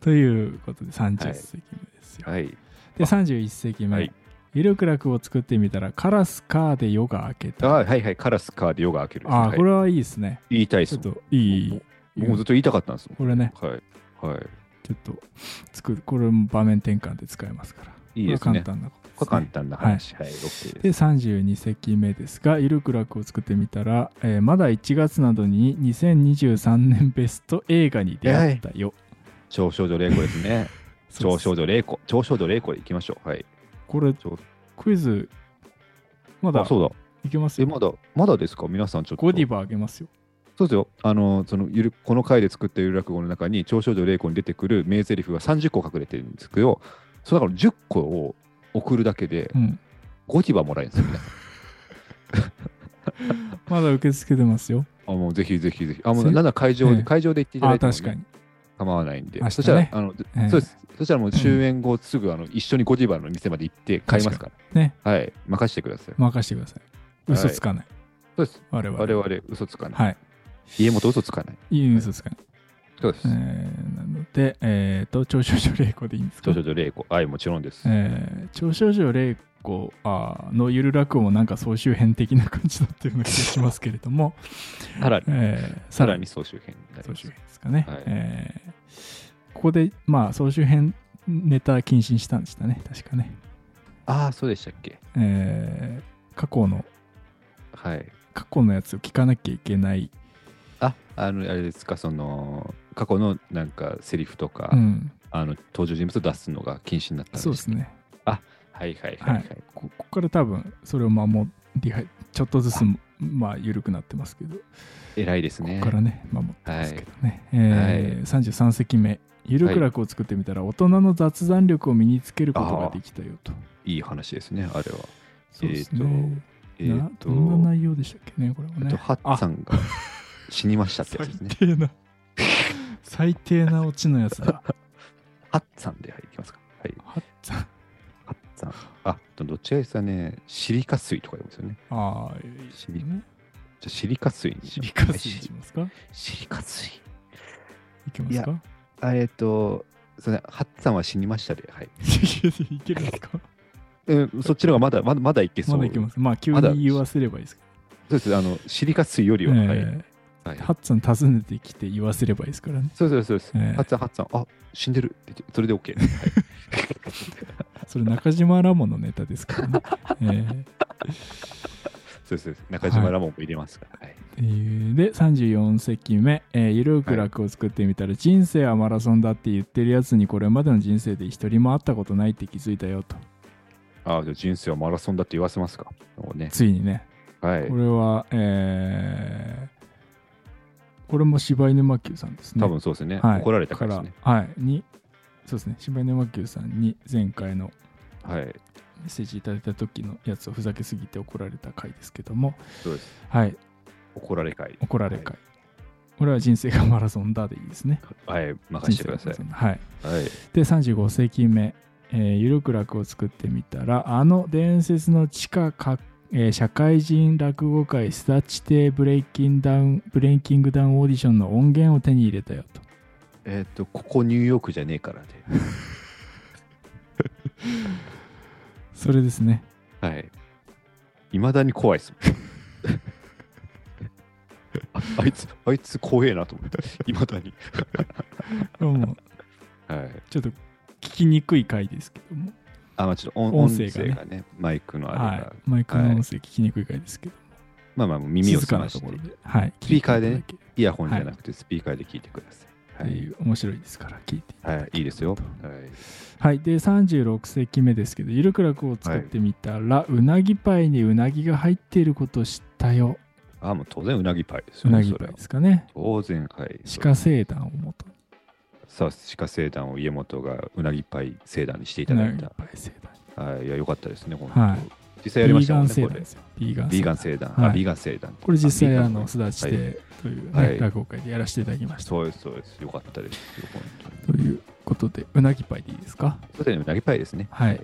ということで30席目ですよ、
はい
で31世紀目、
はい
イルクラクを作ってみたら、カラスカーで夜が明け
あ
た。あ
はいはい、カラスカーで夜が明けるです。
あ
は
ー、
い
これはいいですね。
言いたいで
ち
す
ょっ。といい。
僕もずっと言いたかったんですもん。
これね、
はい。はい。
ちょっと作る、これも場面転換で使えますから。
いいですね
これは簡単なことです、ね。
これ簡単な話。はい、OK
で
です。
32隻目ですが、イルクラクを作ってみたら、えーまだ1月などに2023年ベスト映画に出会ったよ。
超少女玲子ですね。
そう
超
です
少女玲子。超少女玲子でいきましょう。はい。
これ
超
クイズ、まだ
あ、そうだ。
いけます
え、
よ。
まだ、まだですか皆さんちょっと。
ゴディバあげますよ。
そうですよ。あの、その、ゆるこの回で作っている落語の中に、長少女玲子に出てくる名台詞が30個隠れてるんですけど、その中の10個を送るだけで
う、ん。
ゴディバもらえるんですよ、皆さん
まだ受け付けてますよ。
あ、もうぜひぜひぜひ。あ、もう
せ
なんなら会場
え
で、
え
会場で行っていただ
あ
いても、ね、
確かに。
構わないんで、
明日ね
そしたら、あの、
ええ
そうです。そしたらもう終演後すぐ、あの、一緒にゴディバの店まで行って買いますから。
にね
はい。任せてください。
任せてください。
はい
嘘つかない。
そうです。
我々。
我々、嘘つかない。
はい。
家元嘘つかない。
いい嘘つかない。
そうです
え。ーなので、えっ、と、長少女霊子でいいんですか
長少女玲子。はい、もちろんです。
えー、長少女玲子あーのゆる落語もなんか総集編的な感じだったような気がしますけれども、
さらに、
えー
さらに総集編になり
総
ま
集
す
編。ですかね、
はい
えーここでまあ総集編ネタ禁止にしたんでしたね確かね、
ああ、そうでしたっけ。
えー過去の
はい。
過去のやつを聞かなきゃいけない、
あ、あの、あれですか、その、過去のなんかセリフとか、
うん、
あの登場人物を出すのが禁止になったん
そうですね
はいはいはい、はい。
こここから多分それを守りはちょっとずつまあ緩くなってますけど
偉いです
こ
ね。
こからね、守ってますけどね。
は
えー33席目、ゆるクラクを作ってみたら、大人の雑談力を身につけることができたよと。
いい話ですね、あれは。
そうですね。
えっ、
な
と、
どんな内容でしたっけね、これは
えっと
ね。
ハッさんが死にましたってやつです
最
ね。
低な、最低なオチのやつだ。
ハッさんで、はい、いきますか。はい。
はっちゃん
ハッさん。あ、どっちがいいですかね、シリカ水とか言うんですよね。
ああ、いいです
シリ
ね。
じゃあシリカ水に
シ
しよう
リカスにしますか
シリカ水。
いけます
い
か
あえっ、と、それハッさんは死にましたで、はい。
いけるんですか
うん、そっちの方がまだまだまだいけ そう。
まだいけます。まあ、急に言わせればいいですけ
そうです。あのシリカ水より
ど。
は、
え
はい。
ー
はい
はっちゃん訪ねてきて言わせればいいですからね。
そうですそうです。
ええ
ハッさんハッさんあ死んでるって言ってそれで OK。
それ中島ラモのネタです からね。えー
そうですそうです。中島ラモンも入れますから。はい。
えーで34席目、えーゆるく楽を作ってみたら、人生はマラソンだって言ってるやつにこれまでの人生で一人も会ったことないって気づいたよと
あじゃあ人生はマラソンだって言わせますか。もうね。
ついにね
はい
こ。れは、えーこれも柴犬真球さんですね
多分そうですね。
はい
怒られたからですね。
はいにそうですね柴犬真球さんに前回の
はい。
メッセージいただいた時のやつをふざけすぎて怒られた回ですけども
そうです。
はい
怒られ会。
怒られ回、これは人生がマラソンだでいいですね
はい。任せてください
人生。がマラソンだはい
はい。
で35世紀目、えーゆるく楽を作ってみたらあの伝説の地下か、えー社会人落語界スタッチ亭ブレイキンダウンブレイキングダウンオーディションの音源を手に入れたよと
えっとここニューヨークじゃねえからで。
それで すね
はい。いまだに怖いですもん。 ああいつ、あいつ怖えなと思って、いまだに。
でも
はい。
ちょっと聞きにくい回ですけども、
あ、まあ、ちょっと音
音
音
声
声
が
が
ね
ねマイクのあれが、
はい、マイクの音声聞きにくい回ですけど、
まあまあ、もう耳を澄
静かな
まし
と
て
ころ、で、はい、
スピーカーでね
聞いていただ
イヤホンじゃなくてスピーカーで聞いてくださ
け
い。
る
は
っ
い。
ていう面白いですから聞いていただ
はい、いいですよ。はい。
はい、で36世紀目ですけどゆるく楽を作ってみたら、うなぎパイにうなぎが入っていることを知ったよ
あ、もう当然うなぎパイですよ
うな
ね、
ぎ
そ
パ
れ
イ
は
で。すかね
当然、はい。
鹿聖団をもとに
さあ、鹿星団を家元がうなぎパイ星団にしていうただ
ないぎ
た。
パイ聖団
はい。いや、よかったですね、本当、
はい
実際や
ビ
りまし
ー
た
ガ
もん
ン
ね、
聖
こ
団
れ
で。すよビーガン
ビー
聖
ガ
団
ン星団。
は
あ、
い
ビーガン星団。
これ実際
あ
あ
ビーガン
のすだちでという、ね
はい
落語会でやらせていただきました
そうです、そうです。よかったですよ、本当に。
ということでうなぎパイでいいですか
そうですね、うなぎパイですね。
はい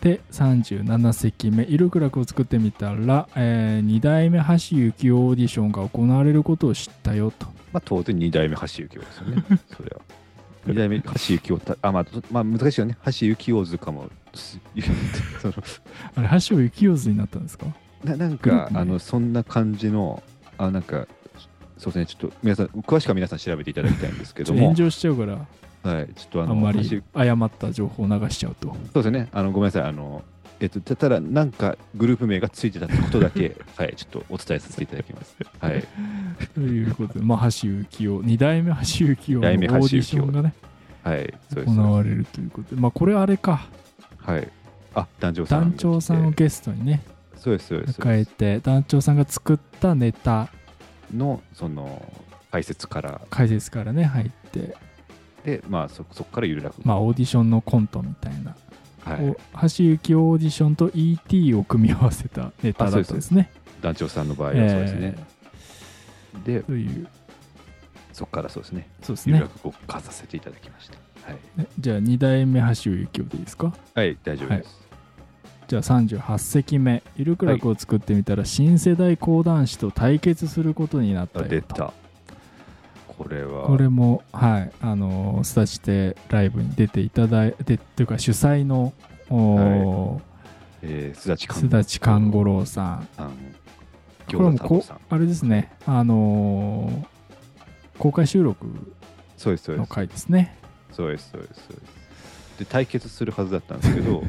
で37席目「イルクラク」を作ってみたら、え2代目橋幸夫オーディションが行われることを知ったよと
まあ、当然、二代目橋幸夫ですよね、それは。二代目橋幸夫たあまあとまあ難しいよね橋幸夫塚も すその
あれ、橋を幸ずになったんですか
ななん
グルー
か
プね
あのそんな感じのあなんかそうですねちょっと皆さん詳しくは皆さん調べていただきたいんですけど
ちょっと 炎
も
上しちゃうから、
はいちょっとあ
あ
の
んま
橋
り誤った情報を流しちゃうと。
そうですねあのごめんなさいあのえっとたただなんかグループ名がついてたってことだ けはいちょっとお伝えさせていただきますはい
ということで、まあ、橋幸夫、二代目橋幸夫のオ
二代
ーデ
目橋幸夫
ィションがね、
はいそうです
行われるということで、まあ、これあれか、
はいあ団長さん
団長さんを
が来て
ゲストにね、
そうですそうですそう
迎
で
え
す
て、団長さんが作ったネタ、
のその解説から
解説からね、入って、
でまあそそこからゆるらく
まあ、オーディションのコントみたいな、
はい
お橋幸夫オーディションと ET を組み合わせたネタだったんですね。
団長さんの場合はそう
ええ
ですね、で
という、
そこからそうですね
そうです
ゆる
ね
ら。くを化させていただきましたはい、
ねじゃあ、二代目橋幸夫でいいですか
はい、大丈夫です、
じゃあ38席目「ゆるくらく」を作ってみたら新世代講談師と対決することになった
あ
よ
出たこれは
これもはいあのースタジテライブに出ていただいてというか主催のおー
えー、すだち
須田地勘五郎さん
さん
これ
餃子
も
太郎
こ
さん
あれですねあのー公開収録
そうですそうで
の
す
回ですね
そうですそうですそうですで対決するはずだったんですけ ど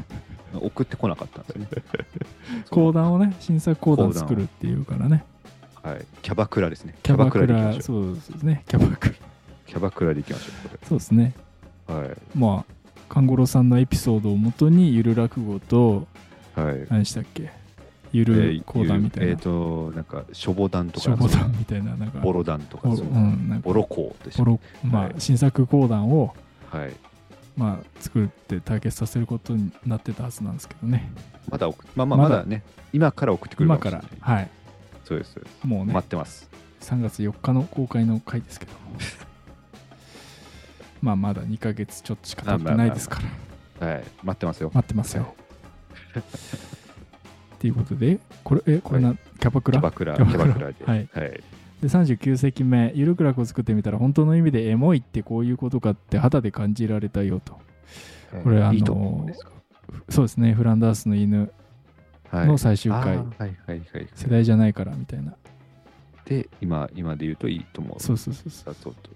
送ってこなかったんですよね
講談をね新作講談
講談
作るっていうからね
はいキャバクラですね
キャバク
キャバクラでいき
ラ
ましょう
そうですねキャバクラ
キャバクラでいきましょうこ
そうですね
れ
まあ勘五郎さんのエピソードをもとにゆる落語と
はいはい
何でしたっけゆ
え
る講談みたい
え
な
っ、となんかしょぼ談と
消
か
防団みたいななんか
ボロ談とか
ボ
そ
ロ
う
うんなんか
ボロ講でし
ボ
た
ロま
はい
あ新作講談を
はい
まあ作って対決させることになってたはずなんですけどね
まだ送まあまあ
ま
ま
だ
だね今から送ってくる
今
もし
か
れな
ら
い
はい
そうですそうです
もうね
待ってます
3月4日の公開の 回ですけどもまあまだ2ヶ月ちょっとしか経ってないですから
はい待ってますよ
待ってますよっていうことでこれえこれなキャバク
キ
ラ
ャバクラ
キ
キ
ャバク
ャ
ラ
バクラで
はいで39席目「ゆるくらくを作ってみたら本当の意味でエモいってこういうことかって肌で感じられたよと」
はい
これあの
いいと思うんですか
そうですねフランダースの犬
はい
の最終
あ
回、
ーはいはいはいはい
世代じゃないからみたいな
で今今で言うといいと思う
そうそうそうそう
だとと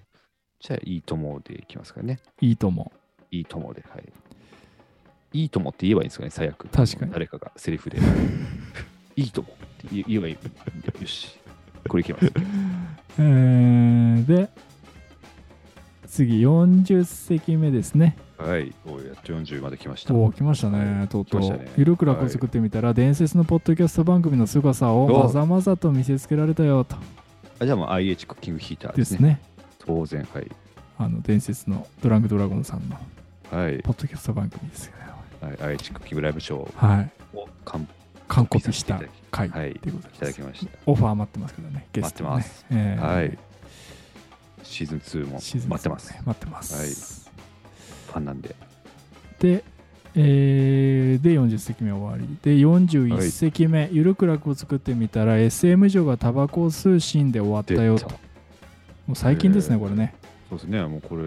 じゃあいいと思うでいきますかね
いいと思
いいともではいいいともって言えばいいんですかね最悪
確かに
誰かがセリフで いいともって言え言えばいいよしこれいきます
う、えー、で次40席目ですね
はいおいやっと40まで来ました
おお来ましたねとうとう、
来ましたね
ゆるくらくを作ってみたら伝説のポッドキャスト番組の凄さを
お
まざまざと見せつけられたよと
あじゃあもう IH クッキングヒーター
で
です
す
ね
ね
当然はい
あの伝説のドランクドラゴンさんの
はい、
ポッドキャスト番組ですよね
はい、IH クッキングライブショー
はい
を完
完コピした回
はい
っていうこと
い
です、
ただきました
オファー待ってますけどね、ゲスト、ね、
待ってます
えー
はいシーズン2も
シーズン
待ってます
待ってます。
ファンなんで
で、えーで40席目終わり。で、41
はい
席目、ゆるく楽を作ってみたら、SM 女がタバコを吸うシーンで終わったよと。
出た
もう最近ですね、
えー
これね。
そうですねもうこれ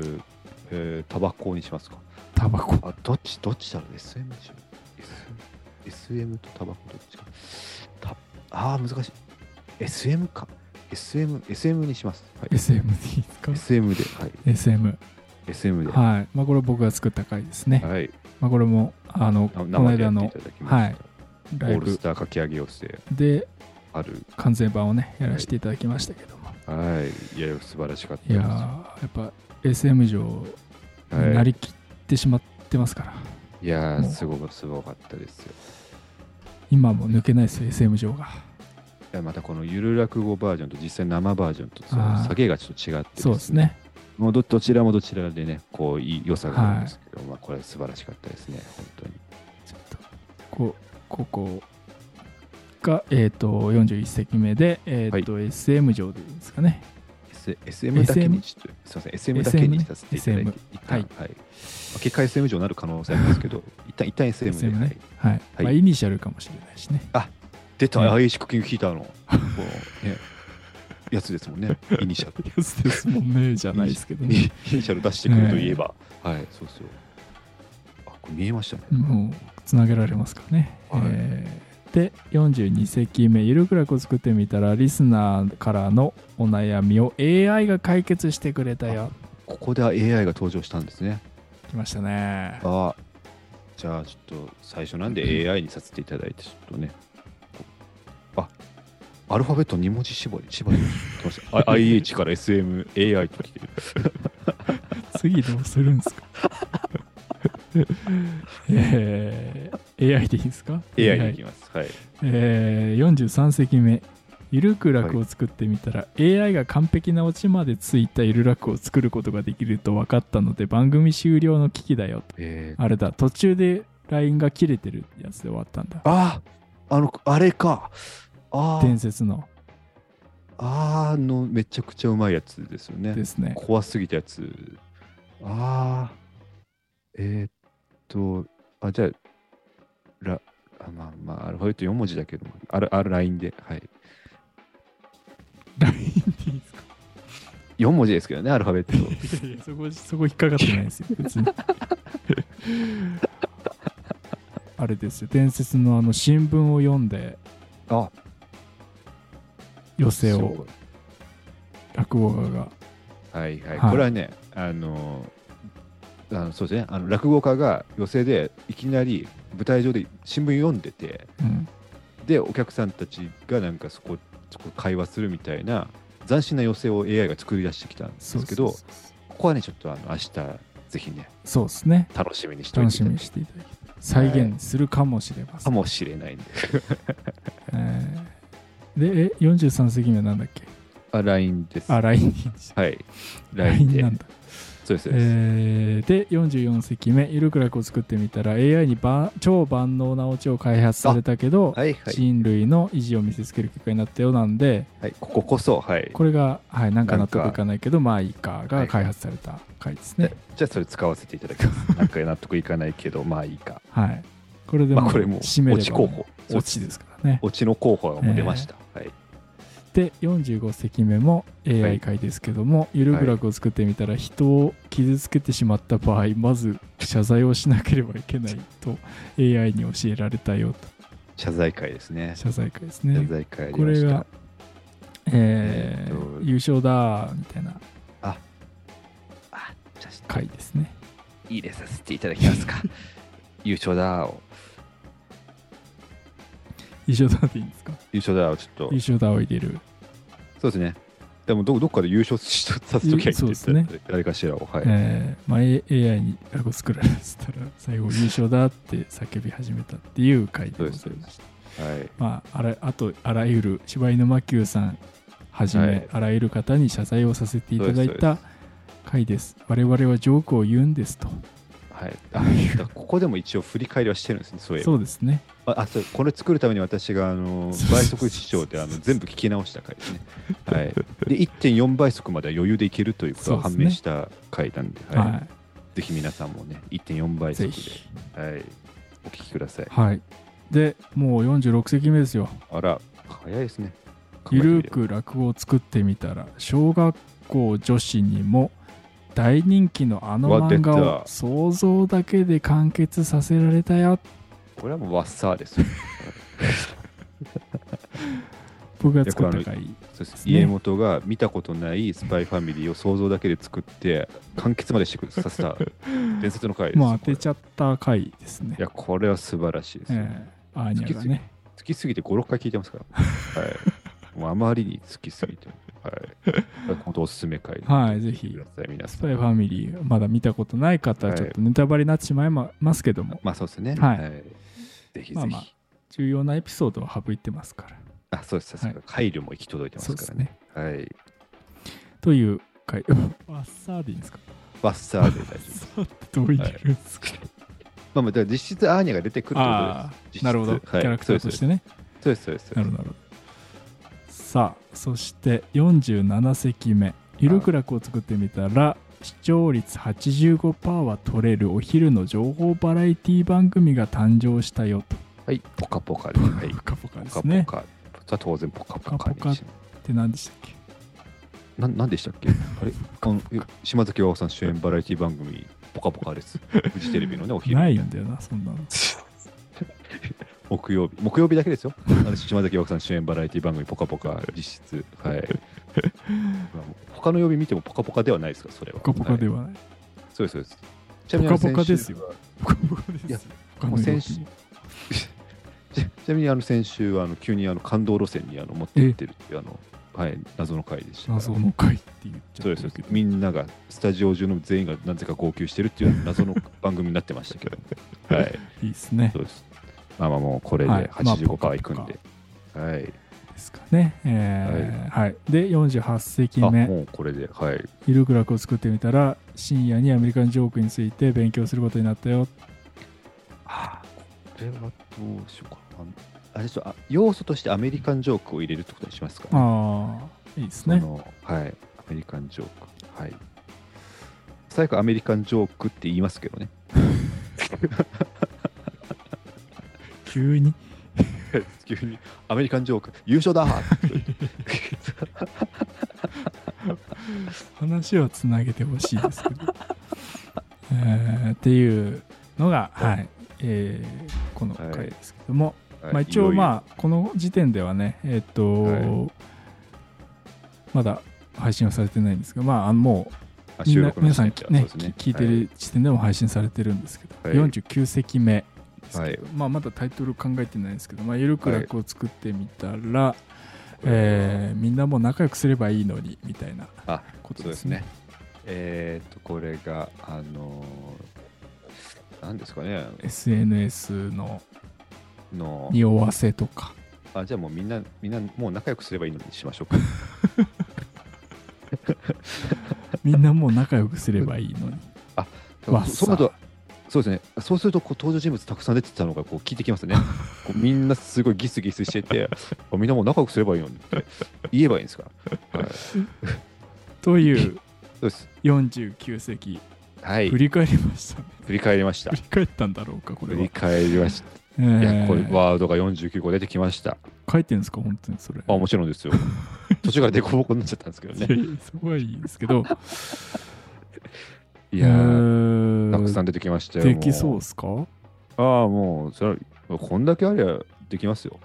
えータバコにしますか
タバコ。
あどっちどっちだろう ?SM でしょ SM, ?SM とタバコどっちかたあー難しい SM か SM, SM にします、はい
SM でいいですか
SM で、はい、
?SM。
SM では
はい。まあ、これ僕が作った回ですね。
い、はい、
まあ、これも、あの、こ
な
の
生でや
間
ってい
の
ただきました、
はいラ
オ
イ
ールス
ブ
ターかき上げをして
で
ある
完全版をね、やらせていただきましたけども。
はいいや素晴らしかった
い
で
や
す
ー、やっぱ SM 女
はい
なりきってしまってますから、
いや
も
ー
う
すごくすごかったですよ
今も抜けないですよ SM 上が
いやまたこのゆる落語バージョンと実際生バージョンとそ
あ
の
ー
下げがちょっと違って
そうですね
もうどどちらもどちらでねこういい良さがあるんですけど、まあこれは素晴らしかったですね本当に
ちょっとこここが、えー、と41席目で、えーと SM 上でいいですかね
S SM だけにちょっと、すみません、SM だけにさせていただい
SM ね
て、一旦、
はい
はい。まあ結果 SM 上になる可能性ありますけ ど、一旦、一旦 SM で、
SM
は
ね
い、
はい、
はい
まあ、イニシャルかもしれないしね
出た、
ね
IH クッキングヒーターの、こうね、やつですもん ね。イニシャル。
やつですもんねじゃないですけど
イ
ね
ニイニシャル出してくるといえば。はい、そうですよ。あ、これ見えましたね。
もうつなげられますからね、
はい
えーで42席目「ゆるくらくを作ってみたらリスナーからのお悩みを AI が解決してくれたよ
ここでは AI が登場したんですね。」
来ましたね
あじゃあちょっと最初なんで AI にさせていただいて、ちょっとね。あ、アルファベット2文字絞り、 絞り来ました。あ IH から SM、AI と来てる。
次どうするんですか えー AI でいいですか
AI でいきます。はい。
えー43席目「ゆるく楽を作ってみたら、AI が完璧なオチまでついたゆる楽を作ることができると分かったので番組終了の危機だよ」
えー
あれだ途中で LINE が切れてるやつで終わったんだ
あ、あの、あれか。あー
伝説の
あーのめちゃくちゃうまいやつですよね
で。すね
怖すぎたやつ。ああ。えー、っと、あ、じゃあ、らあまあまあ、アルファベット4文字だけども、ある、ある LINE で、はい。
LINE でいいですか
4文字ですけどね、アルファベット。
いやいやそこそこ引っかかってないですよ 別にあれですよ伝説のあの新聞を読んで
あ、
寄せ
そ
を
う
落語家が
はいはい。
はい
これはね、あのー、あのそうですね、あの落語家が寄席でいきなり舞台上で新聞読んでて、
うん
で、お客さんたちがなんかそこ、そこ会話するみたいな、斬新な寄席を AI が作り出してきたんですけど、
そうそうそう
ここはね、ちょっとあの明日ぜひね、
そうですね
楽しみにしておい
楽
てい
したみ
だ
に
き
していただきたい再現するかもしれませ
か
ん、
もしれないんで。
えーでえ43席目はなんだっけ
あ、LINE です。
あ LINE
はい。LINE
LINE
で
な。んだ
そうです。そうです
えーで44席目「ゆるくらく」を作ってみたら AI にば超万能なオチを開発されたけど、
はいはい。
人類の意地を見せつける結果になったようなんで
はい、こここそ、はい。
これが、はい、なんか納得
なん
い
か
かないけどまあいいか
は
が
い
開発された回です
じゃ
ね、
じゃあそれ使わせていただき ます。なんか納得いかないけど、まあいいか。
はいこれで
ま
も
あ
う
これも、
締め
落
れ
ち
ば
候
も
補。
うオチですからね
落ちの候補がもう出ました。はい。
で45席目も
は
AI
い
回ですけども、ゆるくらくを作ってみたら人を傷つけてしまった場合まず謝罪をしなければいけないと AI に教えられたよと
謝罪会ですね。
謝罪会です
謝
ね
罪会あり
こ
ま
れ
した
が、え
え
ー
ーと
優勝だみたいな
あ、じゃあ
回ですね
入れさせていただき ますか。優勝だを。
優勝だでいいんですか
優勝だをちょっと
優。勝だを入れる
そうですね。でもど、どっかで優勝しとさせときゃいいって言
そうで
っ
す
た
ね
ら、誰かしらを。はい。
えーまあ、A- AI にラゴ作られてたら最後優勝だって叫び始めたっていう回でございました。
はい。
まあ、あらあとあらゆる柴犬真久さんはじめ、
はい
あらゆる方に謝罪をさせていただい
そう
た回です。我々はジョークを言うんですと。
はい、あだからここでも一応振り返りはしてるんですね、そういえば。
そうですね。
ああそうこれ作るために私があの
そう
倍速視聴であの全部聞き直した回 ですね。はい、で1.4倍速までは余裕でいけるということが
そ
判
うですね
明した回なんで、はい
は
ぜひ皆さんもね1.4
い、
倍
ぜ
速
ひ。
で、はい、お聞きください。
はい。で、もう46席目ですよ。
あら、早いですね。
ゆるーく落語を作ってみたら小学校女子にも大人気のあの
わ
漫画
出
を
た
想像だけで完結させられたよ
これはもうワッサー ですよ。
僕が作った回
そうです
ね
家元が見たことないスパイファミリーを想像だけで作って完結までしてくさせ た伝説の回ですよ。
もう当てちゃった回ですね
いや、これは素晴らしいです、ね
ええアーニャがね
好きすぎて5、6回聞いてますから。 はい。もうあまりに好きすぎて。はい。本当おすすめ回です
はいぜひ
聞いてください、皆
ス
さ
パ
ん。
イファミリーまだ見たことない方は
はい
ちょっとネタバレになってしまいまますけども
まあそうですね。
はい
ぜひぜひ。
まあまあ重要なエピソードは省いてますから
あ、そうです。そうです配慮も行き届いてま
そう
す
で
か
す
らね。
ね
はい。
という回 ワッサーでいいん ですか
バッサーで大丈夫です。
ワッサーってどう入れるんですか、
まあまあ、だから実質アーニャが出てくるってこと
あ
です。実
あ
質
なるほど、
はい
キャラクターとしてね
そうです、そうです。そう
な
です
るほどなるほどさあそして47席目「ゆるくらく」を作ってみたら視聴率85%は取れるお昼の情報バラエティ番組が誕生したよと
はい。ポカポカで。はい。
ポカポカで
ポ
す
カ
ね
ポカ。それは当然ポカポ
ポ
カ
カポカ
にし
って何でしたっけ
ななんでしたっけあれあのえ島崎和夫さん主演バラエティ番組「ぽかぽか」 ですフジテレビのねお昼
ないんだよな、そんなの。
木曜日木曜日だけですよあの島崎和夫さん主演バラエティ番組「ぽかぽか」実質 はい他の曜日見ても「ぽかぽか」ではないですかそれは
ポカポカで
は
はない。
いそうですそうですち
ポカポカです
よ
よ。ポカポカです
い
よ
や。
他
も
の
う先
色
週 ちちなみにあの先週はあの急にあの感動路線にあの持ってってるっていうあの、はい、謎の回でしたから
謎の回って言っち
そ
ゃ
う
っ
です
てる
よ
けど。
みんながスタジオ中の全員がなぜか号泣してるっていう謎の番組になってました けどはい
いいですね
そ。うですまあまあもうこれで
はい
85回いくんで、はい
ですかね。えーはい。で、48席
あ
目。
もうこれではい
ゆるくらくを作ってみたら、深夜にアメリカンジョークについて勉強することになったよ。
これはどうしようかなあれでしょあ要素としてアメリカンジョークを入れるってことにしますか
ああ、いいです
そ
ね。
のはいアメリカンジョークはい最後アメリカンジョークって言いますけ どね
急に。
急にアメリカンジョーク優勝だ
話をつなげてほしいですけど、 えーっていうのが、はいえーこの回ですけども、まあ、一応
あ
まあこの時点ではねえーっと、
は
まだ配信はされてないんですが、まあ、あのもうみん
収
な
録の
皆さん、
時点で
ね
はそうです
き聞いてる時点でも配信されてるんですけど、
はい
49席目ですけど、
は
まあ、まだタイトル考えてないんですけど「まあ、ゆるく楽」を作ってみたら、えーみんなもう仲良くすればいいのにみたいな
あ
こと
そう
で
ですす
ね
ね。。えーっと、これが、あのー、なんですかね、
SNS の
の、
匂わせとか
あ、じゃあもうみんな、みんな、もう仲良くすればいいのにしましょうか。
みんなもう仲良くすればいい のに わっ
そ
さ
うそうですね、そうするとこう登場人物たくさん出てたのがこう聞いてき ますね。こうみんなすごいギスギスしてて、あみんなもう仲良くすればいいのにって言えばいいんですか。はい、そ
という
うです。
49席
はい
振、り返りましたね
振り返りました
振。り返ったんだろうかこ
振
れは、
り返りました。い
え
や、
ー
これワードが49個出てきました。
書いてるんですか本当にそれ
あ、もちろん ですよ。途中から凸凹になっちゃったんですけど
いや
ね。
いやそこはいいですけど
いやー、た
た
くさ
ん
ん出てきましたよ。
できそう
も
ですか も
う。ああ、もう、それはこんだけありゃできますよ。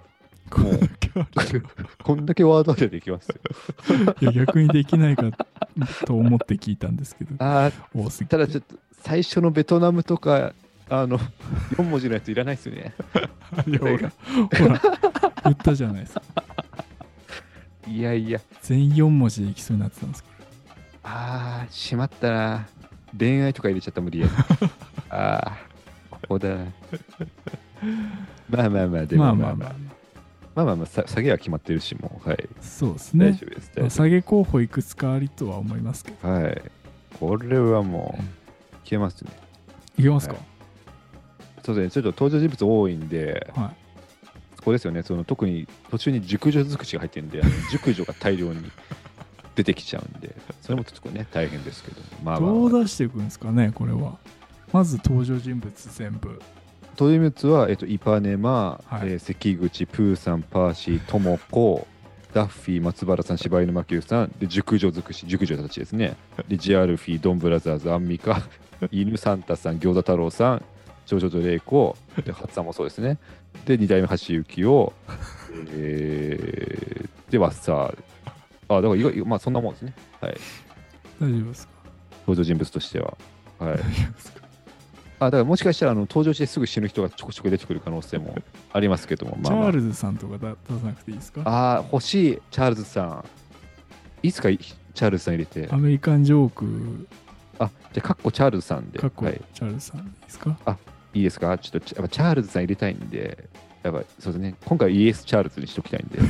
こんだけワードありゃできますよ。
いや逆にできないかと思って聞いたんですけど
あ
多すぎて
ただちょっと、最初のベトナムとか、あの、4文 字のやついらないですよね。
いやほらほら言ったじゃないですか
いやいや、
全員4文字でいきそうになってたんですけど
ああ、しまったな。恋愛とか入れちゃった無理 や。ああ、ここだな。まあまあまあ、で
ま
も
あ
ま
ま
あまあ
あまあ、ま
まあまあまあ、さ下げは決まってるし、もう、はい。
あそうですね
大丈夫です。大丈夫
まあ
です
下げ候補いくつかありとは思いますけど。
はい。これはもう、消えますね。
いけますか、
そうですね、ちょっと登場人物多いんで、
はい、
そこですよね、その特に途中に熟女尽くしが入ってるんで、あの熟女が大量に出てきちゃうんで、それもちょっとね、大変ですけど、まあまあ、ま
ど
あ、
う出していくんですかね、これは。まず登場人物全部。
登場人物は、えっと、イパネマ、
はい
えー関口、プーさん、パーシー、ともこ、ダッフィー、松原さん、柴犬真久さん、で熟女尽くし、熟女たちですね、でジアルフィー、ドンブラザーズ、アンミカ、犬サンタさん、餃子太郎さん、長女と玲子、で、初さんもそうですね、で、二代目橋幸を、えー、で、ワッサー。あ、だから意外、まあそんなもんですね。
大丈夫ですか
登場人物としては。はい。
大丈夫ですか
あ、だからもしかしたら、あの、登場してすぐ死ぬ人がちょこちょこ出てくる可能性もありますけども。
チ
まあ、まあ
ャー、ルズさんとかだ出さなくていいですか
ああー、欲しい、チャールズさん。いつかいチャールズさん入れて
ア。メリカンジョー
あ、じゃあ、かっこチャールズさん
ク、
で。
かっこ
はい。
チャールズさんでいいですか
いいですかちょっとチャ、やっぱチャールズさん入れたいんで、やっぱ、そうですね。今回イエス・チャールズにしときたいんで。はい。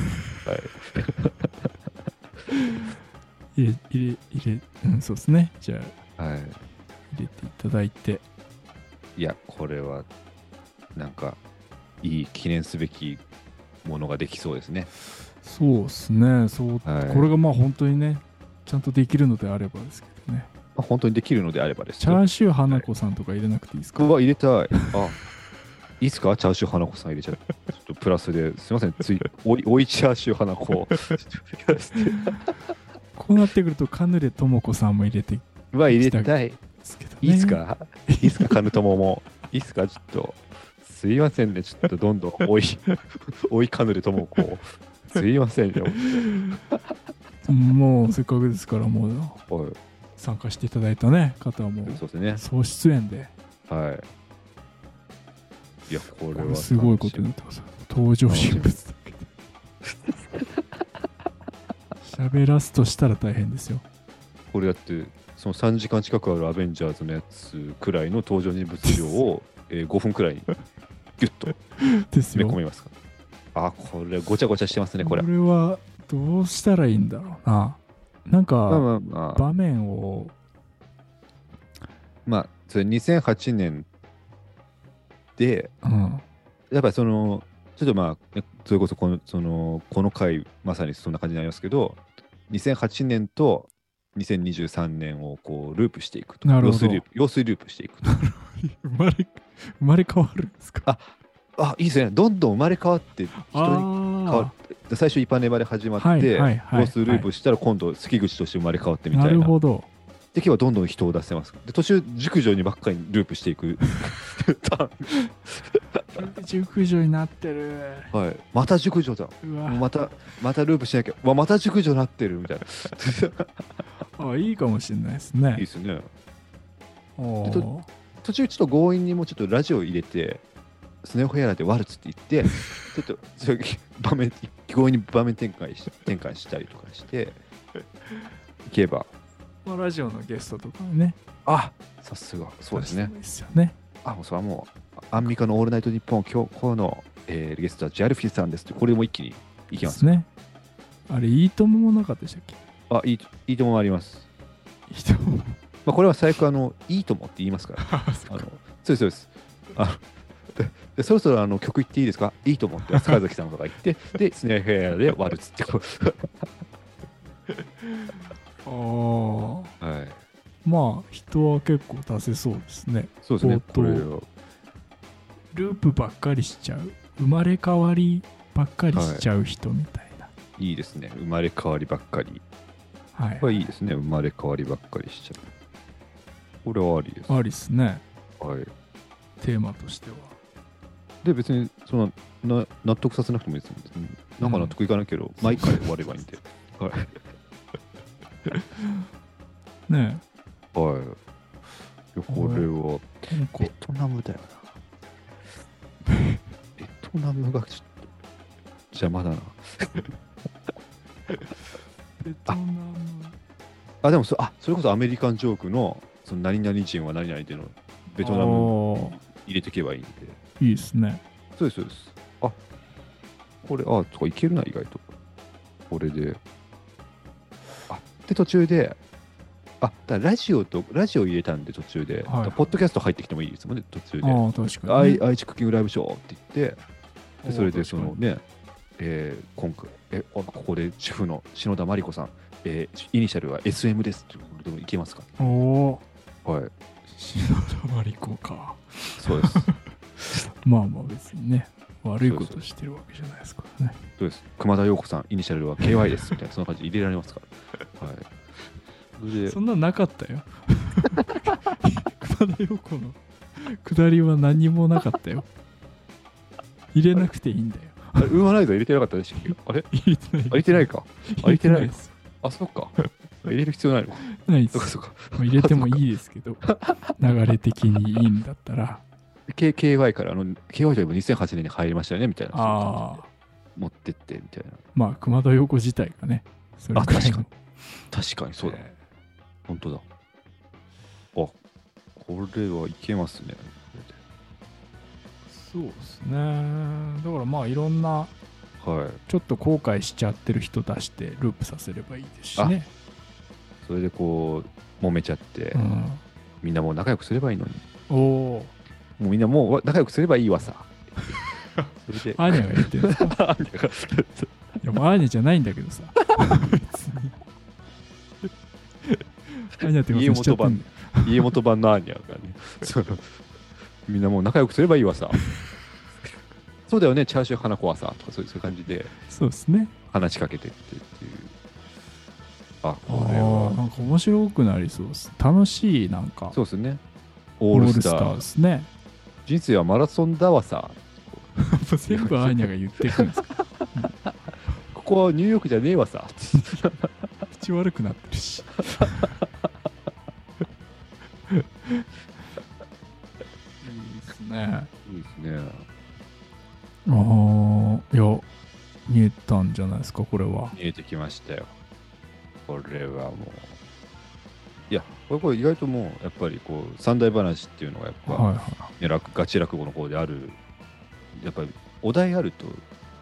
入れ、入れ、入れ、うん、そうですね。じゃあ、
はい
入れていただいて。
いや、これは、なんか、いい記念すべきものができそうですね。
そうですね、そう、
はい
これがまあ本当にね、ちゃんとできるのであればですけどね。
まあ、本当にできるのであればです
チ
よ。
ャーシュー花子さんとか入れなくていいですか、
僕は入れたい。あ、いいっすかチャーシュー花子さん入れちゃう。ちょっとプラスですいません、つい、おい、おいチャーシュー花子。ちょっとプラスで
こうなってくるとカヌレともこさんも入れてで
うわ、入れたい。
すけどね
いいっすかいいっすか、カヌトモも。いいっすか、ちょっと。すいませんね、ちょっとどんどん、おい、 おいカヌレともこう。すいませんね、
もうせっかくですからもう
おい。
参加していただいたね方はもう
そうですね。
総出演で
はい。いや、これは。
すごいことになってます登場人物だけで喋らすとしたら大変ですよ
これだってその3時間近くあるアベンジャーズのやつくらいの登場人物量 を、えー5分くらいにギュッと
です
詰
よ
め込みますかあこれごちゃごちゃしてますねこれ
これはどうしたらいいんだろうなな
ま
ん
あ
か
まあまあ、
場面を
まあ、それ2008年で
うん
やっぱりそのちょっとまあそれこそこのそのこの回まさにそんな感じになりますけど2008年と2023年をこうループしていくと
なるほど
用水ループ用水ループしていくと
生まれ生まれ変わるんですか
あいいですねどんどん生まれ変わって人に変わ
あ
って最初イパネマで始まって、
はいはいはい
ロスループしたら今度関口として生まれ変わって
あ
みたい
な
な
るほど
で今日はどんどん人を出せますで途中熟女にばっかりループしてい く
19条になってる
はい、また熟女だ
うわ、
またまたループしなきゃわまた熟女になってるみたいな
あいいかもしれないです
いい
ね
ですね
お
ち
ー
途中ちょっと強引にもうちょっとラジオ入れてスネ夫ヘアでワルツって言って ちょっとそういう場面強引に場面転換し転換したりとか していけば
まあラジオのゲストとかね
あさすがそうですね
出してもいいですよね
あ、もうそれはもう、アンミカのオールナイトニッポン、今日、今日の、えーゲストはジャルフィーさんですって、これも一気にいきます。
ねあれいいとももなかったでしたっけ
あ、いい、いいともあります。
いいとも
まあ、これは最悪、あの、いいともって言いますから。
あ そ
あ
っ
の
か
そうです、そうです。あででそろそろあの曲言っていいですかいいと思って坂崎さんとか言 ってでスネアフェアでワルツってこ
あ
う、
あ
はい、
まあ人は結構出せそうですね
そうですね
冒頭
これを
ループばっかりしちゃう生まれ変わりばっかりしちゃう人みたいな、
いいですね生まれ変わりばっかり
はい
これいいですね生まれ変わりばっかりしちゃうこれはありです、
ありですね
はい、
テーマとしては
で別にそのな納得させなくてもいいですもん、なんか納得いかないけど、毎回終わればいいんではい、
ね
はい、いやこれは
えなんか
ベトナムだよ なベトナムがちょっと邪魔だな
ベトナム
あでもそあそれこそアメリカンジョークのその何々人は何々でのベトナム
ム
入れていけばいいんで
いいですね
そうですそうですあこれあとかいけるな意外とこれであで途中であだからラジオとラジオ入れたんで途中で、
はいはい
ポッドキャスト入ってきてもいいですもんね途中で
ああ確かに、
愛愛知クッキングライブショーって言ってでそれでそのね、えー今回えあここで主婦の篠田真理子さん、えーイニシャルは SM ですってことでもいけますか
おお
はい
篠田真理子か
そうですそう
まあまあ別にね悪いことしてるわけじゃないですからね
です熊田曜子さんイニシャルは KY ですみたいなそんな感じで入れられますからはいそれで
そんななかったよ熊田陽子の下りは何もなかったよ入れなくていいんだよ
あれウーマンライド入れてなかったでしたっけあれ
入れてない
あ入れてないか
入れてな
入れてな
い
い
です
あそっ か入れる必要ないの
ないで
そっか
す
そっか
まあ入れてもいいですけど流れ的にいいんだったら
K- KY からあの KY といえば2008年に入りましたよねみたいな
ああ
持ってってみたいな
まあ熊田陽子自体がねそれくらい
あ確か
の
に確かにそうだ
え
本当だ。あ、これはいけますね。
ーそうですねだからまあいろんな
はい。
ちょっと後悔しちゃってる人出してループさせればいいですしね、
それでこう、揉めちゃって、
うん、
みんなもう仲良くすればいいのに。
おお
もうみんなもうわ仲良くすればいいわさ。それで、
アーニャが言ってるんですか
あみたい
いやもうアーニャじゃないんだけどさ別にアーニャってことにしちゃったんだよ
な 家元版のアーニャがね。 そうみんなもう仲良くすればいいわさ。そうだよね、チャーシュー花子はさ、とかそういうそういう感じで
そうですね
話しかけてってっていう。ああ
あ
これは
ーなんか面白くなりそうです楽しいなんか
そうですねオールスター
で すね
人生はマラソンだわさ
全部アーニャが言ってくるんですか
ここはニューヨークじゃねえわ さ
口悪くなってるしいいですね
いいですね
ああいや見えたんじゃないですかこれは
見えてきましたよこれはもういやこれこれ意外ともうやっぱりこう三大話っていうのがやっぱ、
はいはい
ね楽ガチ落語の方であるやっぱりお題あると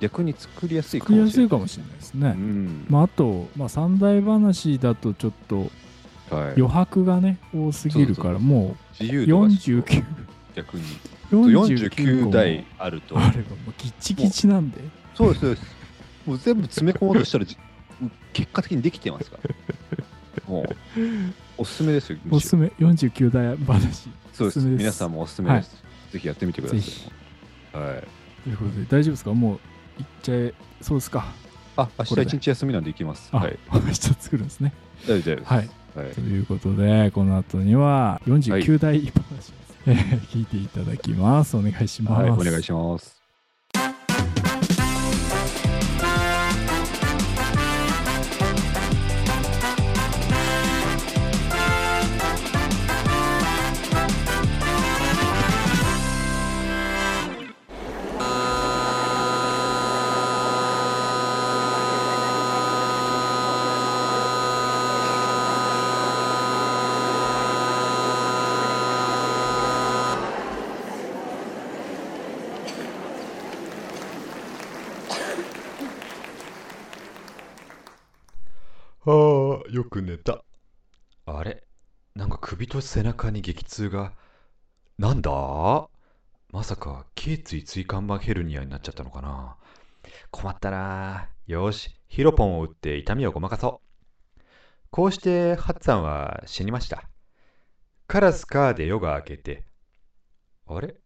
逆に作りやすいか
作り
も
や
し
す
れ
い
ない
かもしれないですね、
うん
まあ、あと、まあ、三大話だとちょっと
はい、
余白がね多すぎるか
そうそ
ら
うそう
も
自由
う
度がちょっと
49
逆に
49
49
代
台あると
あればもうギチギチなんで
そうですそうですもう全部詰め込もうとしたらじ結果的にできてますからもうおすすめですよむ
お
し
す
ろ
すめ49代話
そうです
おすすめです
皆さんもおすすめです、ぜひやってみてくださ
ぜ
い
ひ
はい
ということで大丈夫ですかもう行っちゃえそうですか
あ明
これ
日一日休みなんで行きます
あ、
はい
明日作るんですね
大丈夫です
はい
はい
ということでこの後には49代話です、えー 聞いていただきますお願いします、
はい、お願いします。
ああ、よく寝た。あれなんか首と背中に激痛が。なんだまさか、頸椎椎間板ヘルニアになっちゃったのかな困ったな。よし、ヒロポンを打って痛みをごまかそう。こうして、ハッツさんは死にました。カラスカーで夜が明けて。あれ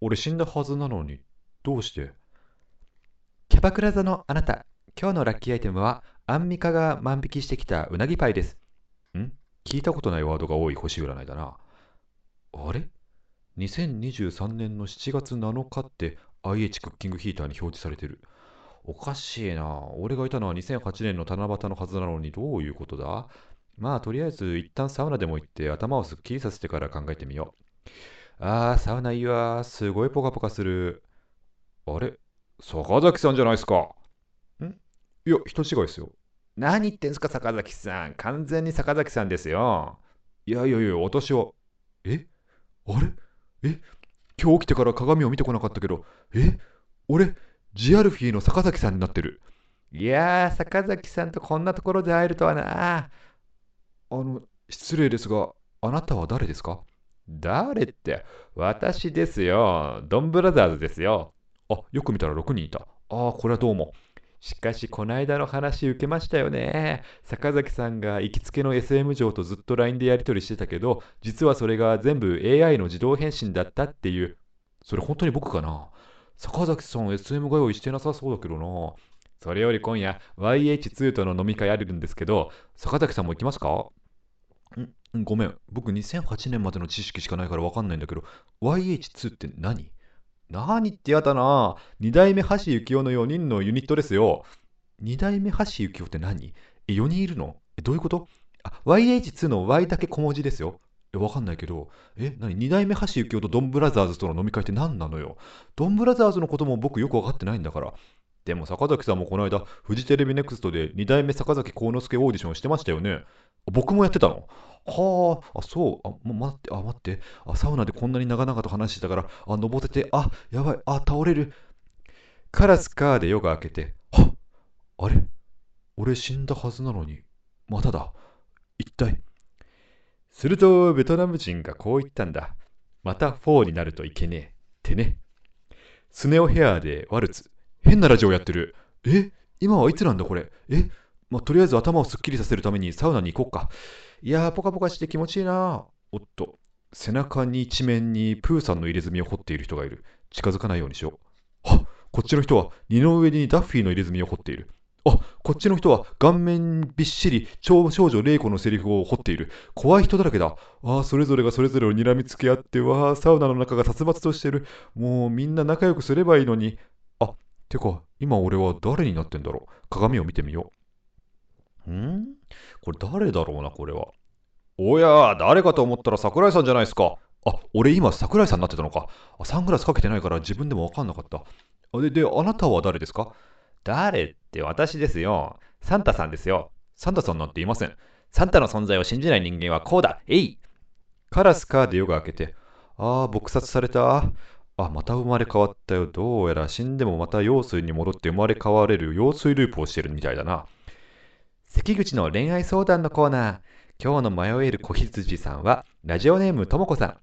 俺死んだはずなのに、どうしてキャバクラ座のあなた、今日のラッキーアイテムは、アンミカが万引きしてきたうなぎパイです。ん聞いたことないワードが多い星占いだな。あれ ?2023 年の7月7日って IH クッキングヒーターに表示されてる。おかしいな。俺がいたのは2008年の七夕のはずなのにどういうことだまあとりあえず一旦サウナでも行って頭をすっきりさせてから考えてみよう。あー、サウナいいわ。すごいポカポカする。あれ坂崎さんじゃないですか。いや、人違いですよ。何言ってんすか、坂崎さん。完全に坂崎さんですよ。いやいやいや、私は。えあれえ今日起きてから鏡を見てこなかったけど、え俺、ジアルフィーの坂崎さんになってる。いやー、坂崎さんとこんなところで会えるとはな。あの、失礼ですが、あなたは誰ですか誰って、私ですよ。ドンブラザーズですよ。あ、よく見たら6人いた。ああ、これはどうも。しかし、こないだの話受けましたよね。坂崎さんが行きつけの SM 嬢とずっと LINE でやり取りしてたけど、実はそれが全部 AI の自動返信だったっていう。それ本当に僕かな坂崎さん SM が用意してなさそうだけどな。それより今夜 YH2 との飲み会あるんですけど、坂崎さんも行きますかんごめん。僕2008年までの知識しかないからわかんないんだけど、YH2 って何何ってやだな二代目橋幸夫の4人のユニットですよ。二代目橋幸夫って何え、4人いるのえ、どういうことあ、YH2 の Y だけ小文字ですよ。え、わかんないけど、え、何二代目橋幸夫とドンブラザーズとの飲み会って何なのよ。ドンブラザーズのことも僕よくわかってないんだから。でも坂崎さんもこの間、フジテレビネクストで二代目坂崎幸之助オーディションしてましたよね。僕もやってたのはあ、あ、そう、あ、ま、待って、あ、待って、あ、サウナでこんなに長々と話してたから、あ、登ってて、あ、やばい、あ、倒れる。カラスカーで夜が明けて、はあれ俺死んだはずなのに、まただ。一体。すると、ベトナム人がこう言ったんだ。またフォーになるといけねえ。ってね。スネオヘアでワルツ。変なラジオやってる。え今はいつなんだこれ。えまあ、とりあえず頭をすっきりさせるためにサウナに行こっか。いやー、ポカポカして気持ちいいな。おっと、背中に一面にプーさんの入れ墨を彫っている人がいる。近づかないようにしよう。あこっちの人は二の上にダッフィーの入れ墨を彫っている。あこっちの人は顔面びっしり超少女玲子のセリフを彫っている怖い人だらけだああそれぞれがそれぞれを睨みつけ合ってわあサウナの中が殺伐としてるもうみんな仲良くすればいいのにあてか今俺は誰になってんだろう鏡を見てみようんこれ誰だろうなこれはおや誰かと思ったら桜井さんじゃないですかあ俺今桜井さんになってたのかあサングラスかけてないから自分でも分かんなかったあでであなたは誰ですか誰って私ですよ。サンタさんですよ。サンタさんなんていません。サンタの存在を信じない人間はこうだ。えいカラスかで夜が明けて、ああ、撲殺された。あ、また生まれ変わったよ。どうやら死んでもまた用水に戻って生まれ変われる用水ループをしてるみたいだな。関口の恋愛相談のコーナー。今日の迷える子羊さんは、ラジオネームともこさん。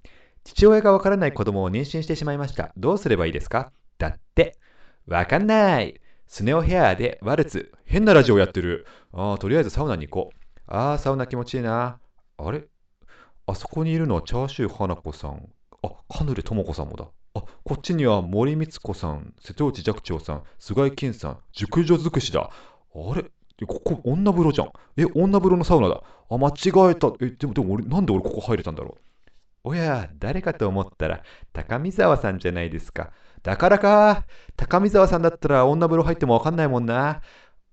父親がわからない子供を妊娠してしまいました。どうすればいいですかだって。わかんない。スネオヘアでワルツ。変なラジオやってる。ああ、とりあえずサウナに行こう。ああ、サウナ気持ちいいな。あれあそこにいるのはチャーシュー花子さん。あ、カヌレともこさんもだ。あ、こっちには森光子さん、瀬戸内寂聴さん、菅井健さん、熟女尽くしだ。あれここ女風呂じゃん。え、女風呂のサウナだ。あ、間違えた。え、でも、でも俺、なんで俺ここ入れたんだろう。おや、誰かと思ったら、高見沢さんじゃないですか。だからか。高見沢さんだったら女風呂入ってもわかんないもんな。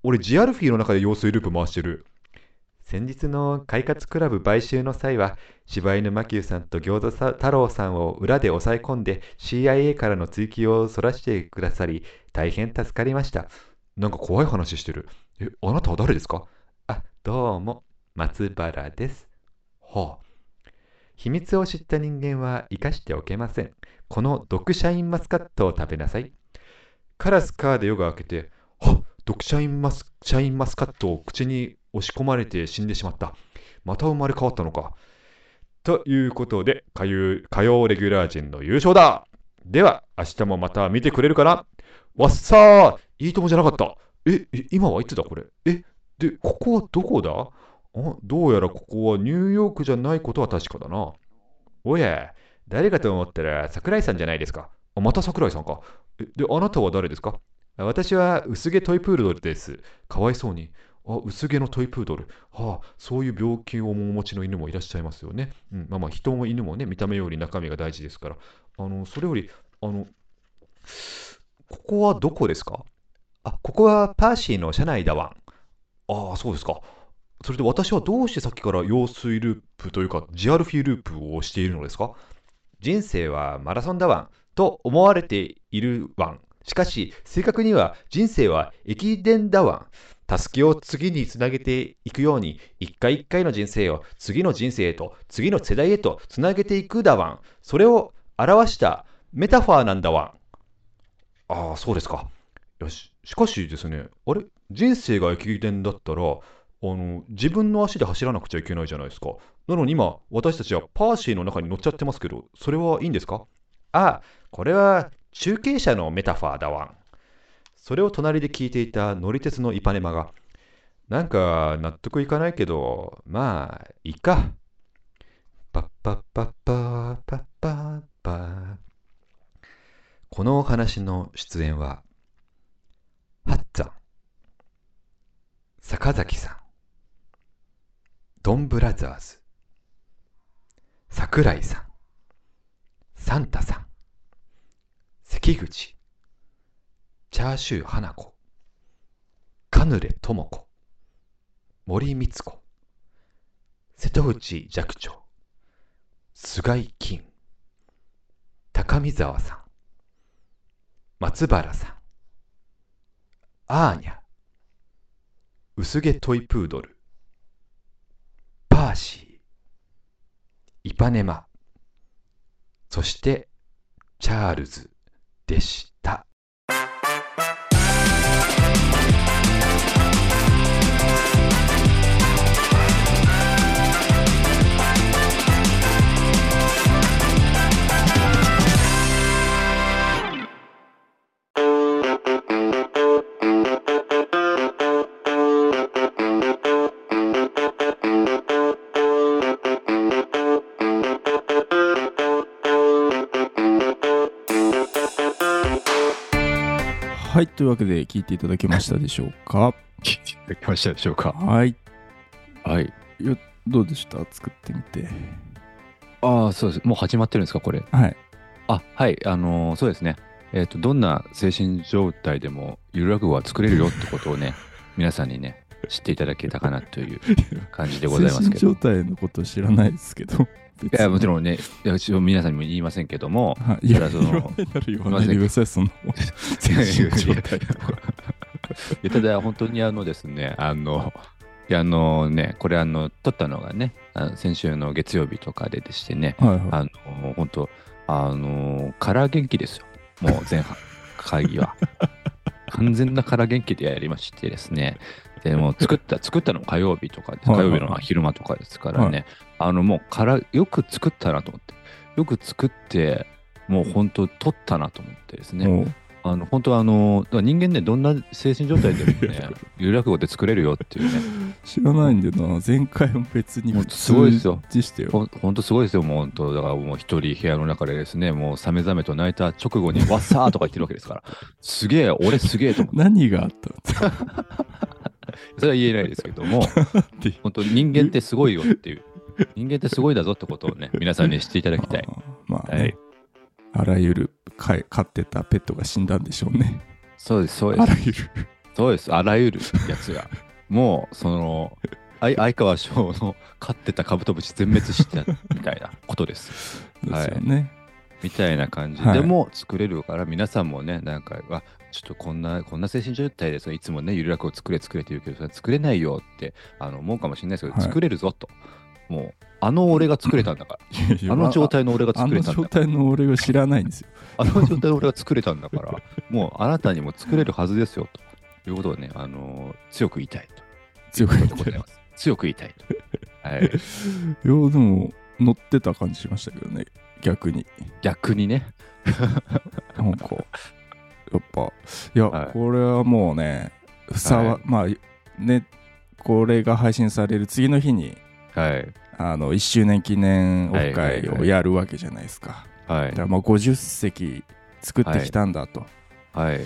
俺、ジアルフィーの中で用水ループ回してる。先日の快活クラブ買収の際は、柴犬真久さんと餃子さ太郎さんを裏で抑え込んで CIA からの追及をそらしてくださり、大変助かりました。なんか怖い話してる。え、あなたは誰ですかあ、どうも、松原です。はあ。秘密を知った人間は生かしておけません。この毒シャインマスカットを食べなさい。カラスカーで夜が明けて、はっ毒シャインマスシャインマスカットを口に押し込まれて死んでしまった。また生まれ変わったのか。ということで、火曜火曜レギュラー陣の優勝だでは、明日もまた見てくれるかなわっさーいいともじゃなかったえ、え今はいつだこれえ、で、ここはどこだあどうやらここはニューヨークじゃないことは確かだな。おや、誰かと思ったら桜井さんじゃないですか。あまた桜井さんか。えで、あなたは誰ですかあ私は薄毛トイプードルです。かわいそうに。あ、薄毛のトイプードル。はあ、そういう病気をお持ちの犬もいらっしゃいますよね。うん、まあまあ、人も犬もね、見た目より中身が大事ですから。あの、それより、あの、ここはどこですかあ、ここはパーシーの車内だわ。ああ、そうですか。それで私はどうしてさっきから用水ループというか、ジアルフィーループをしているのですか人生はマラソンだわんと思われているわん。しかし、正確には人生は駅伝だわん。たすきを次につなげていくように、一回一回の人生を次の人生へと、次の世代へとつなげていくだわん。それを表したメタファーなんだわん。ああ、そうですか。いやし、しかしですね、あれ人生が駅伝だったら、あの、自分の足で走らなくちゃいけないじゃないですか。なのに今、私たちはパーシーの中に乗っちゃってますけど、それはいいんですかああ、これは中継車のメタファーだわん。それを隣で聞いていた乗り鉄のイパネマが、なんか納得いかないけど、まあ、いいか。パッパッパッパーパッパッパーこのお話の出演は、ハッツァン、坂崎さん、ドンブラザーズ、桜井さん、サンタさん、関口、チャーシュー花子、カヌレ智子、森光子、瀬戸内寂聴、菅井金、高見沢さん、松原さん、アーニャ、薄毛トイプードル、パーシー、イパネマ、そしてチャールズでした。
はいというわけで聞いていただけましたでしょうか
聞いていただきましたでしょうか。
はい。はい。よどうでした作ってみて。
ああ、そうです。もう始まってるんですか、これ。
はい。
あ、はい。あのーそうですね。えっ、と、どんな精神状態でも、ゆる落語は作れるよってことを ね、皆さんにね、知っていただけたかなという感じでございますけ
精
ど。
神状
い
態のこと知らないですけど。い
や、もち
ん。
ろんね、いや一応皆さんにも言いませんけども、
はい、いや、
そ
そ
れはその
の、なるようになりうさい、その、 精神状態とか。
いやただ本当にあのですね、あの、いやあのね、これあの、撮ったのがね、あの先週の月曜日とかででしてね、
はいはい。
あの、本当あの、空元気ですよ。もう前半、会 議は。完全な空元気でやりましてですね。でもう作った、作ったのも火曜日とかで、
はい
火
はい
曜日の昼間とかですから
は
ね、あの、もうから、よく作ったなと思って、よく作って、もう本当撮ったなと思ってですね。
もう
あの本当はあのだから人間ねどんな精神状態でも ね有楽語で作れるよっていうね
知らないんでな、前回も別に
も
普
う
通
すごいですよ
でしたよ。
ほんほんとすごいですよもう本当だからもう一人部屋の中でですねもうさめざめと泣いた直後に「わっさー」とか言ってるわけ ですからすげえ俺すげえと思って
何があったの
それは言えないですけども
て
本当人間ってすごいよっていう人間ってすごいだぞってことをね皆さんに知っていただき たい
あーまあ、ね
はい
あらゆる飼い飼ってたペットが死んだんでしょうね。
そうですそうで
あ
す
らゆる。
そうですあらゆるやつがもうそのあい相川翔の飼ってたカブトムシ全滅したみたいなことです
ですよね。
みたいな感じ
はい
でも作れるから、皆さんもね、なんか、あちょっとこんな、こんな精神状態で、そのいつもね、ゆるらくを作れ作れって言うけど、それは作れないよってあの思うかもしれないですけど、
はい
作れるぞと。もう、あの俺が作れたんだから、
いや
あの状態の俺が
あ
作
の
れたん
状
だから、
態の俺を知らないんですよ。
あの状態の俺が作れたんだから、もうあなたにも作れるはずですよということをね、あの強く言いたいと。
強く言いた
と
い
うことでござます。強く言いたいと。はい、
いや、でも、乗ってた感じしましたけどね、逆に。
逆にね、
なんか、やっぱ、いや、
はい
これはもうね、ふさわ、
はい
まあ、ね、これが配信される次の日に、
はい、
あの1周年記念オフ
はいはい
会
はい
をやるわけじゃないですか。
はい
だか、らまあ50席作ってきたんだと
はい。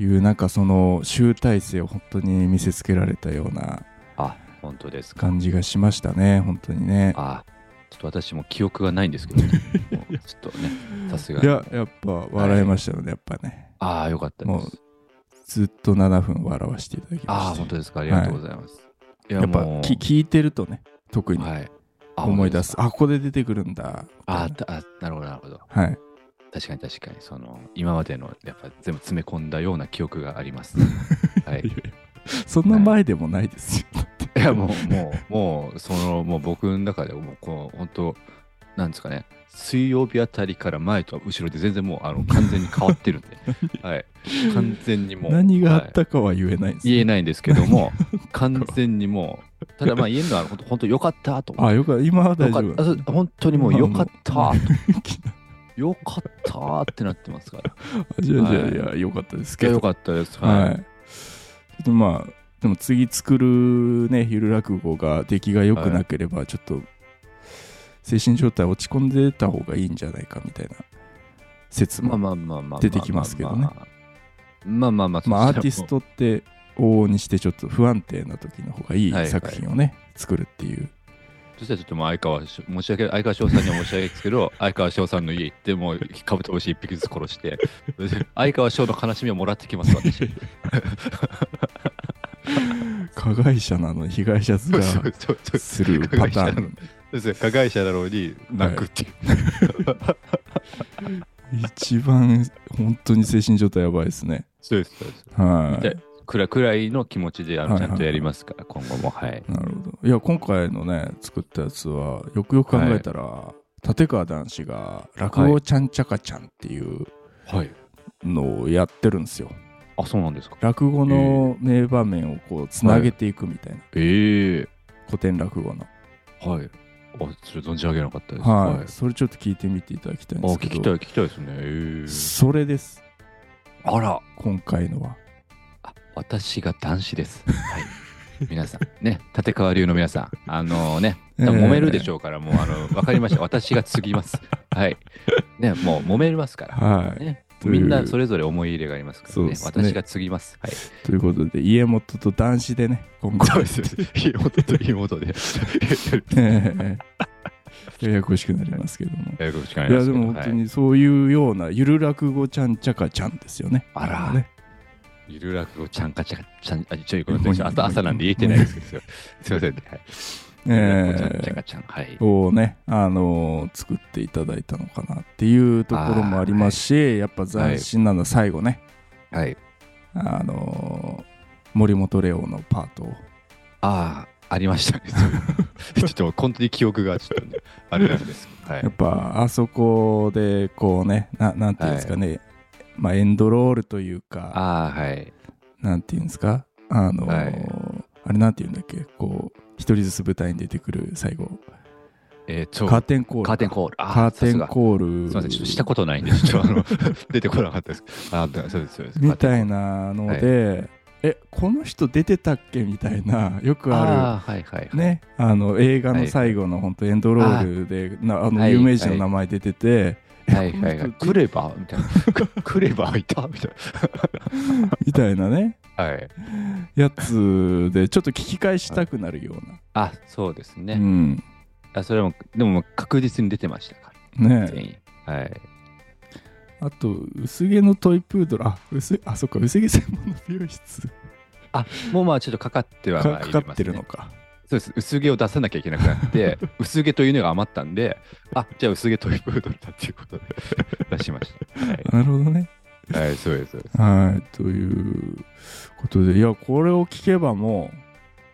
いう、なんかその集大成を本当に見せつけられたような
あ、本当ですか。
感じがしましたね、本当にね。
あちょっと私も記憶がないんですけど、ね、もうちょっとね、さすが
いや、やっぱ笑いましたので、やっぱね、
ああ、よかったで
もう
す。
ずっと7分笑わせていただきました。
ああ、本当ですか。ありがとうございます。い、
やっぱ
もう
き聞いてるとね、特に
はい、あ
思い出す。
本
あ、ここで出てくるん
当で
だ。
すかあーたあ、なるほど、なるほど。
はい。
確かに確かに、その、今までの、やっぱ全部詰め込んだような記憶があり ます。はい。い
そんな前でもないですよ。
や、もう、もう、もう、その、もう僕の中でもう、こう、本当なんですかね、水曜日あたりから前と後ろで全然もう、あの、完全に変わ ってるんで、はい。完全にもう。
何があっ
はい
たかは言えないんですよ
言えないんですけど も、完全にもう、ただまあ言えるのは本当、本当よかったと思
あ、
っ
よかった。今は
て。
大
よか
丈
っ
夫。
たそう本当にもうよかった
まあもう
よかったってなって ますから。
じゃあじゃあ
はい
いや、よかったです
い
け
や
ど。
よかったです。
はい。
は
ちょっとまあ、でも次作るね、ゆる落語が出来が良くなければ、ちょっと、精神状態落ち込んでた方がいいんじゃないかみたいな説
い。まあ
も。
まあまあまあ。
出てきますけどね。
まあまあまあ。
まあ、ア
そち
ーテ
ら
ィ
も
ス。トって往々にしてちょっと不安定な時の方がい
はい
い作品をね、作るっていう。
そしたらちょっともう相川し、申し訳ない、相川翔さんには申し訳ないですけど、 相川翔さんの家行って、もうカブトムシ一匹ずつ殺して、 それで相川翔の悲しみをもらってきます、 私。
加害者なのに被害者 面
そうそ
するパ
加
タ
害者なのに
ーン。
うそう。加害者なのに泣くっていう。
一番本当に精神状態やばいですね。
そうです、そうです。
はい。
でくらくらいの気持ちであ
は
の
い
ち
はい
ゃんとやりますから、今後もはい
なるほど。いや、今回のね、作ったやつは、よくよく考えたら、立川談志が落語ちゃんちゃかちゃんっていう
はい
のをやってるんですよ。
あそうなんですか
落語の名場面をこう、つなげていくみたいな。
ええ
古典落語の。
はいあちょっと存じ上げなかったです
はい、
はい
それちょっと聞いてみていただきたいん
あ
ですけ
聞
ど。
きたい聞きたいですねええ
それです、
あら
今回のは。
あ私が男子ですはい皆さんね立川流の皆さんあのね
ええ
揉めるでしょうから、もうあの分かりました私が継ぎますはいねもう揉めますから
はい。
ね
という
みんなそれぞれ思い入れがありますから
そう
ね。
ですね
私が継ぎます。はい。
ということで家元と男子でね今 後
そうです。妹と妹で。
ええ ややこしくなりますけども。
ややこしくないりま
や
す
で
けど
も本
は
当
い
にそういうようなゆる落語ちゃんちゃかちゃんですよね。
あら
ね、
ゆるらくをちゃんかちゃかちゃん、あ、ちょいごめんな さい。朝朝なんで言えてないですけど、すいませんね。はいゆるらくをちゃんちゃかちゃん。はい。
をね、あのー作っていただいたのかなっていうところもありますし、やっぱ斬新なのは最後ね、
はい。
あのー森本レオのパートを
ああ、ありましたね。ちょっと本当に記憶がちょっとね、あれなんですけど。はい
やっ。ぱあそこでこうねななんていうんですかね、まあ、エンドロールというか
ああ、はい。
なんていうんですかあのー
はい
あれなんていうんだっけこう一人ずつ舞台に出てくる最後
えー、ちょ
カーテンコール
カーテンコール。あ
カーテン
ール。
コール
すみません、ちょっとしたことないんで、ちょっとあの 出てこなかったです。あだそうです、そうです。
みたい
な
なので、えこの人出てたっけみたいなよくある
あーはいはいはい。
ねあの映画の最後の本当エンドロールで、なあの有名人の名前出てて、
はいはいは
この
い。
人
クレバーみたいな。ククレバーいたみたい
みたいなね
な。はい。
やつでちょっと聞き返したくなるような、
あ、そうです
う
ね。
ん
あそれも、でももう確実に出てましたか
ね
ら、全員。はい。
あと薄毛のトイプードルあ薄あそっか薄毛専門の美容室
あ、もうまあちょっとかかっては
か
まあ
かかってるの
いますね
か
そうです。薄毛を出さなきゃいけなくな って、薄毛というのが余ったんで、あ、じゃあ薄毛トイプードルだっていうことで出しました。はい
なるほどね
はい、そうです。そうです
はいということでいやこれを聞けばもう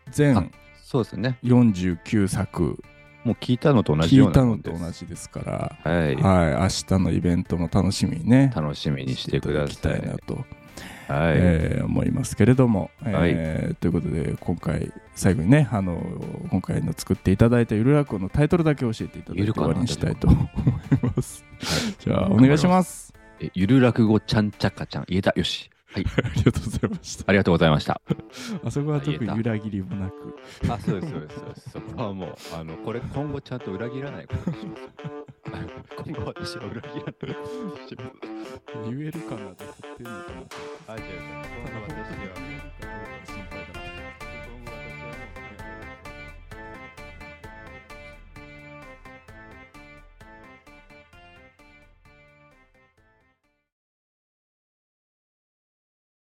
あ
全
そうですね。
49作
もう聞いたのと同じよ
聞
う
い
な
た
も
の
んで
と
す
同じですから、
はい。
はい、明日のイベントも楽しみにね、
楽しみにしてくだ
していた
さ
だ
い
き。たいなと、
はい。
えー思いますけれども、えーということで、今回、最後にね、あの今回の作っていただいたゆるらこのタイトルだけ教えていただいて
ゆるか
終
な
わりにしたいと思います。じゃあ、お願いします。
えゆる落語ちゃんちゃかちゃん、言えた。よし。はい。
ありがとうございました。
ありがとうございました。
あそこは特に裏切りもなく。
あ、そうです、そうです、そうです。そこはもう、あの、これ、今後ちゃんと裏切らないことにします。 今後私は裏切らないことにします。
言えるかなって言ってるのかな。
あ、じゃあ、今後私は。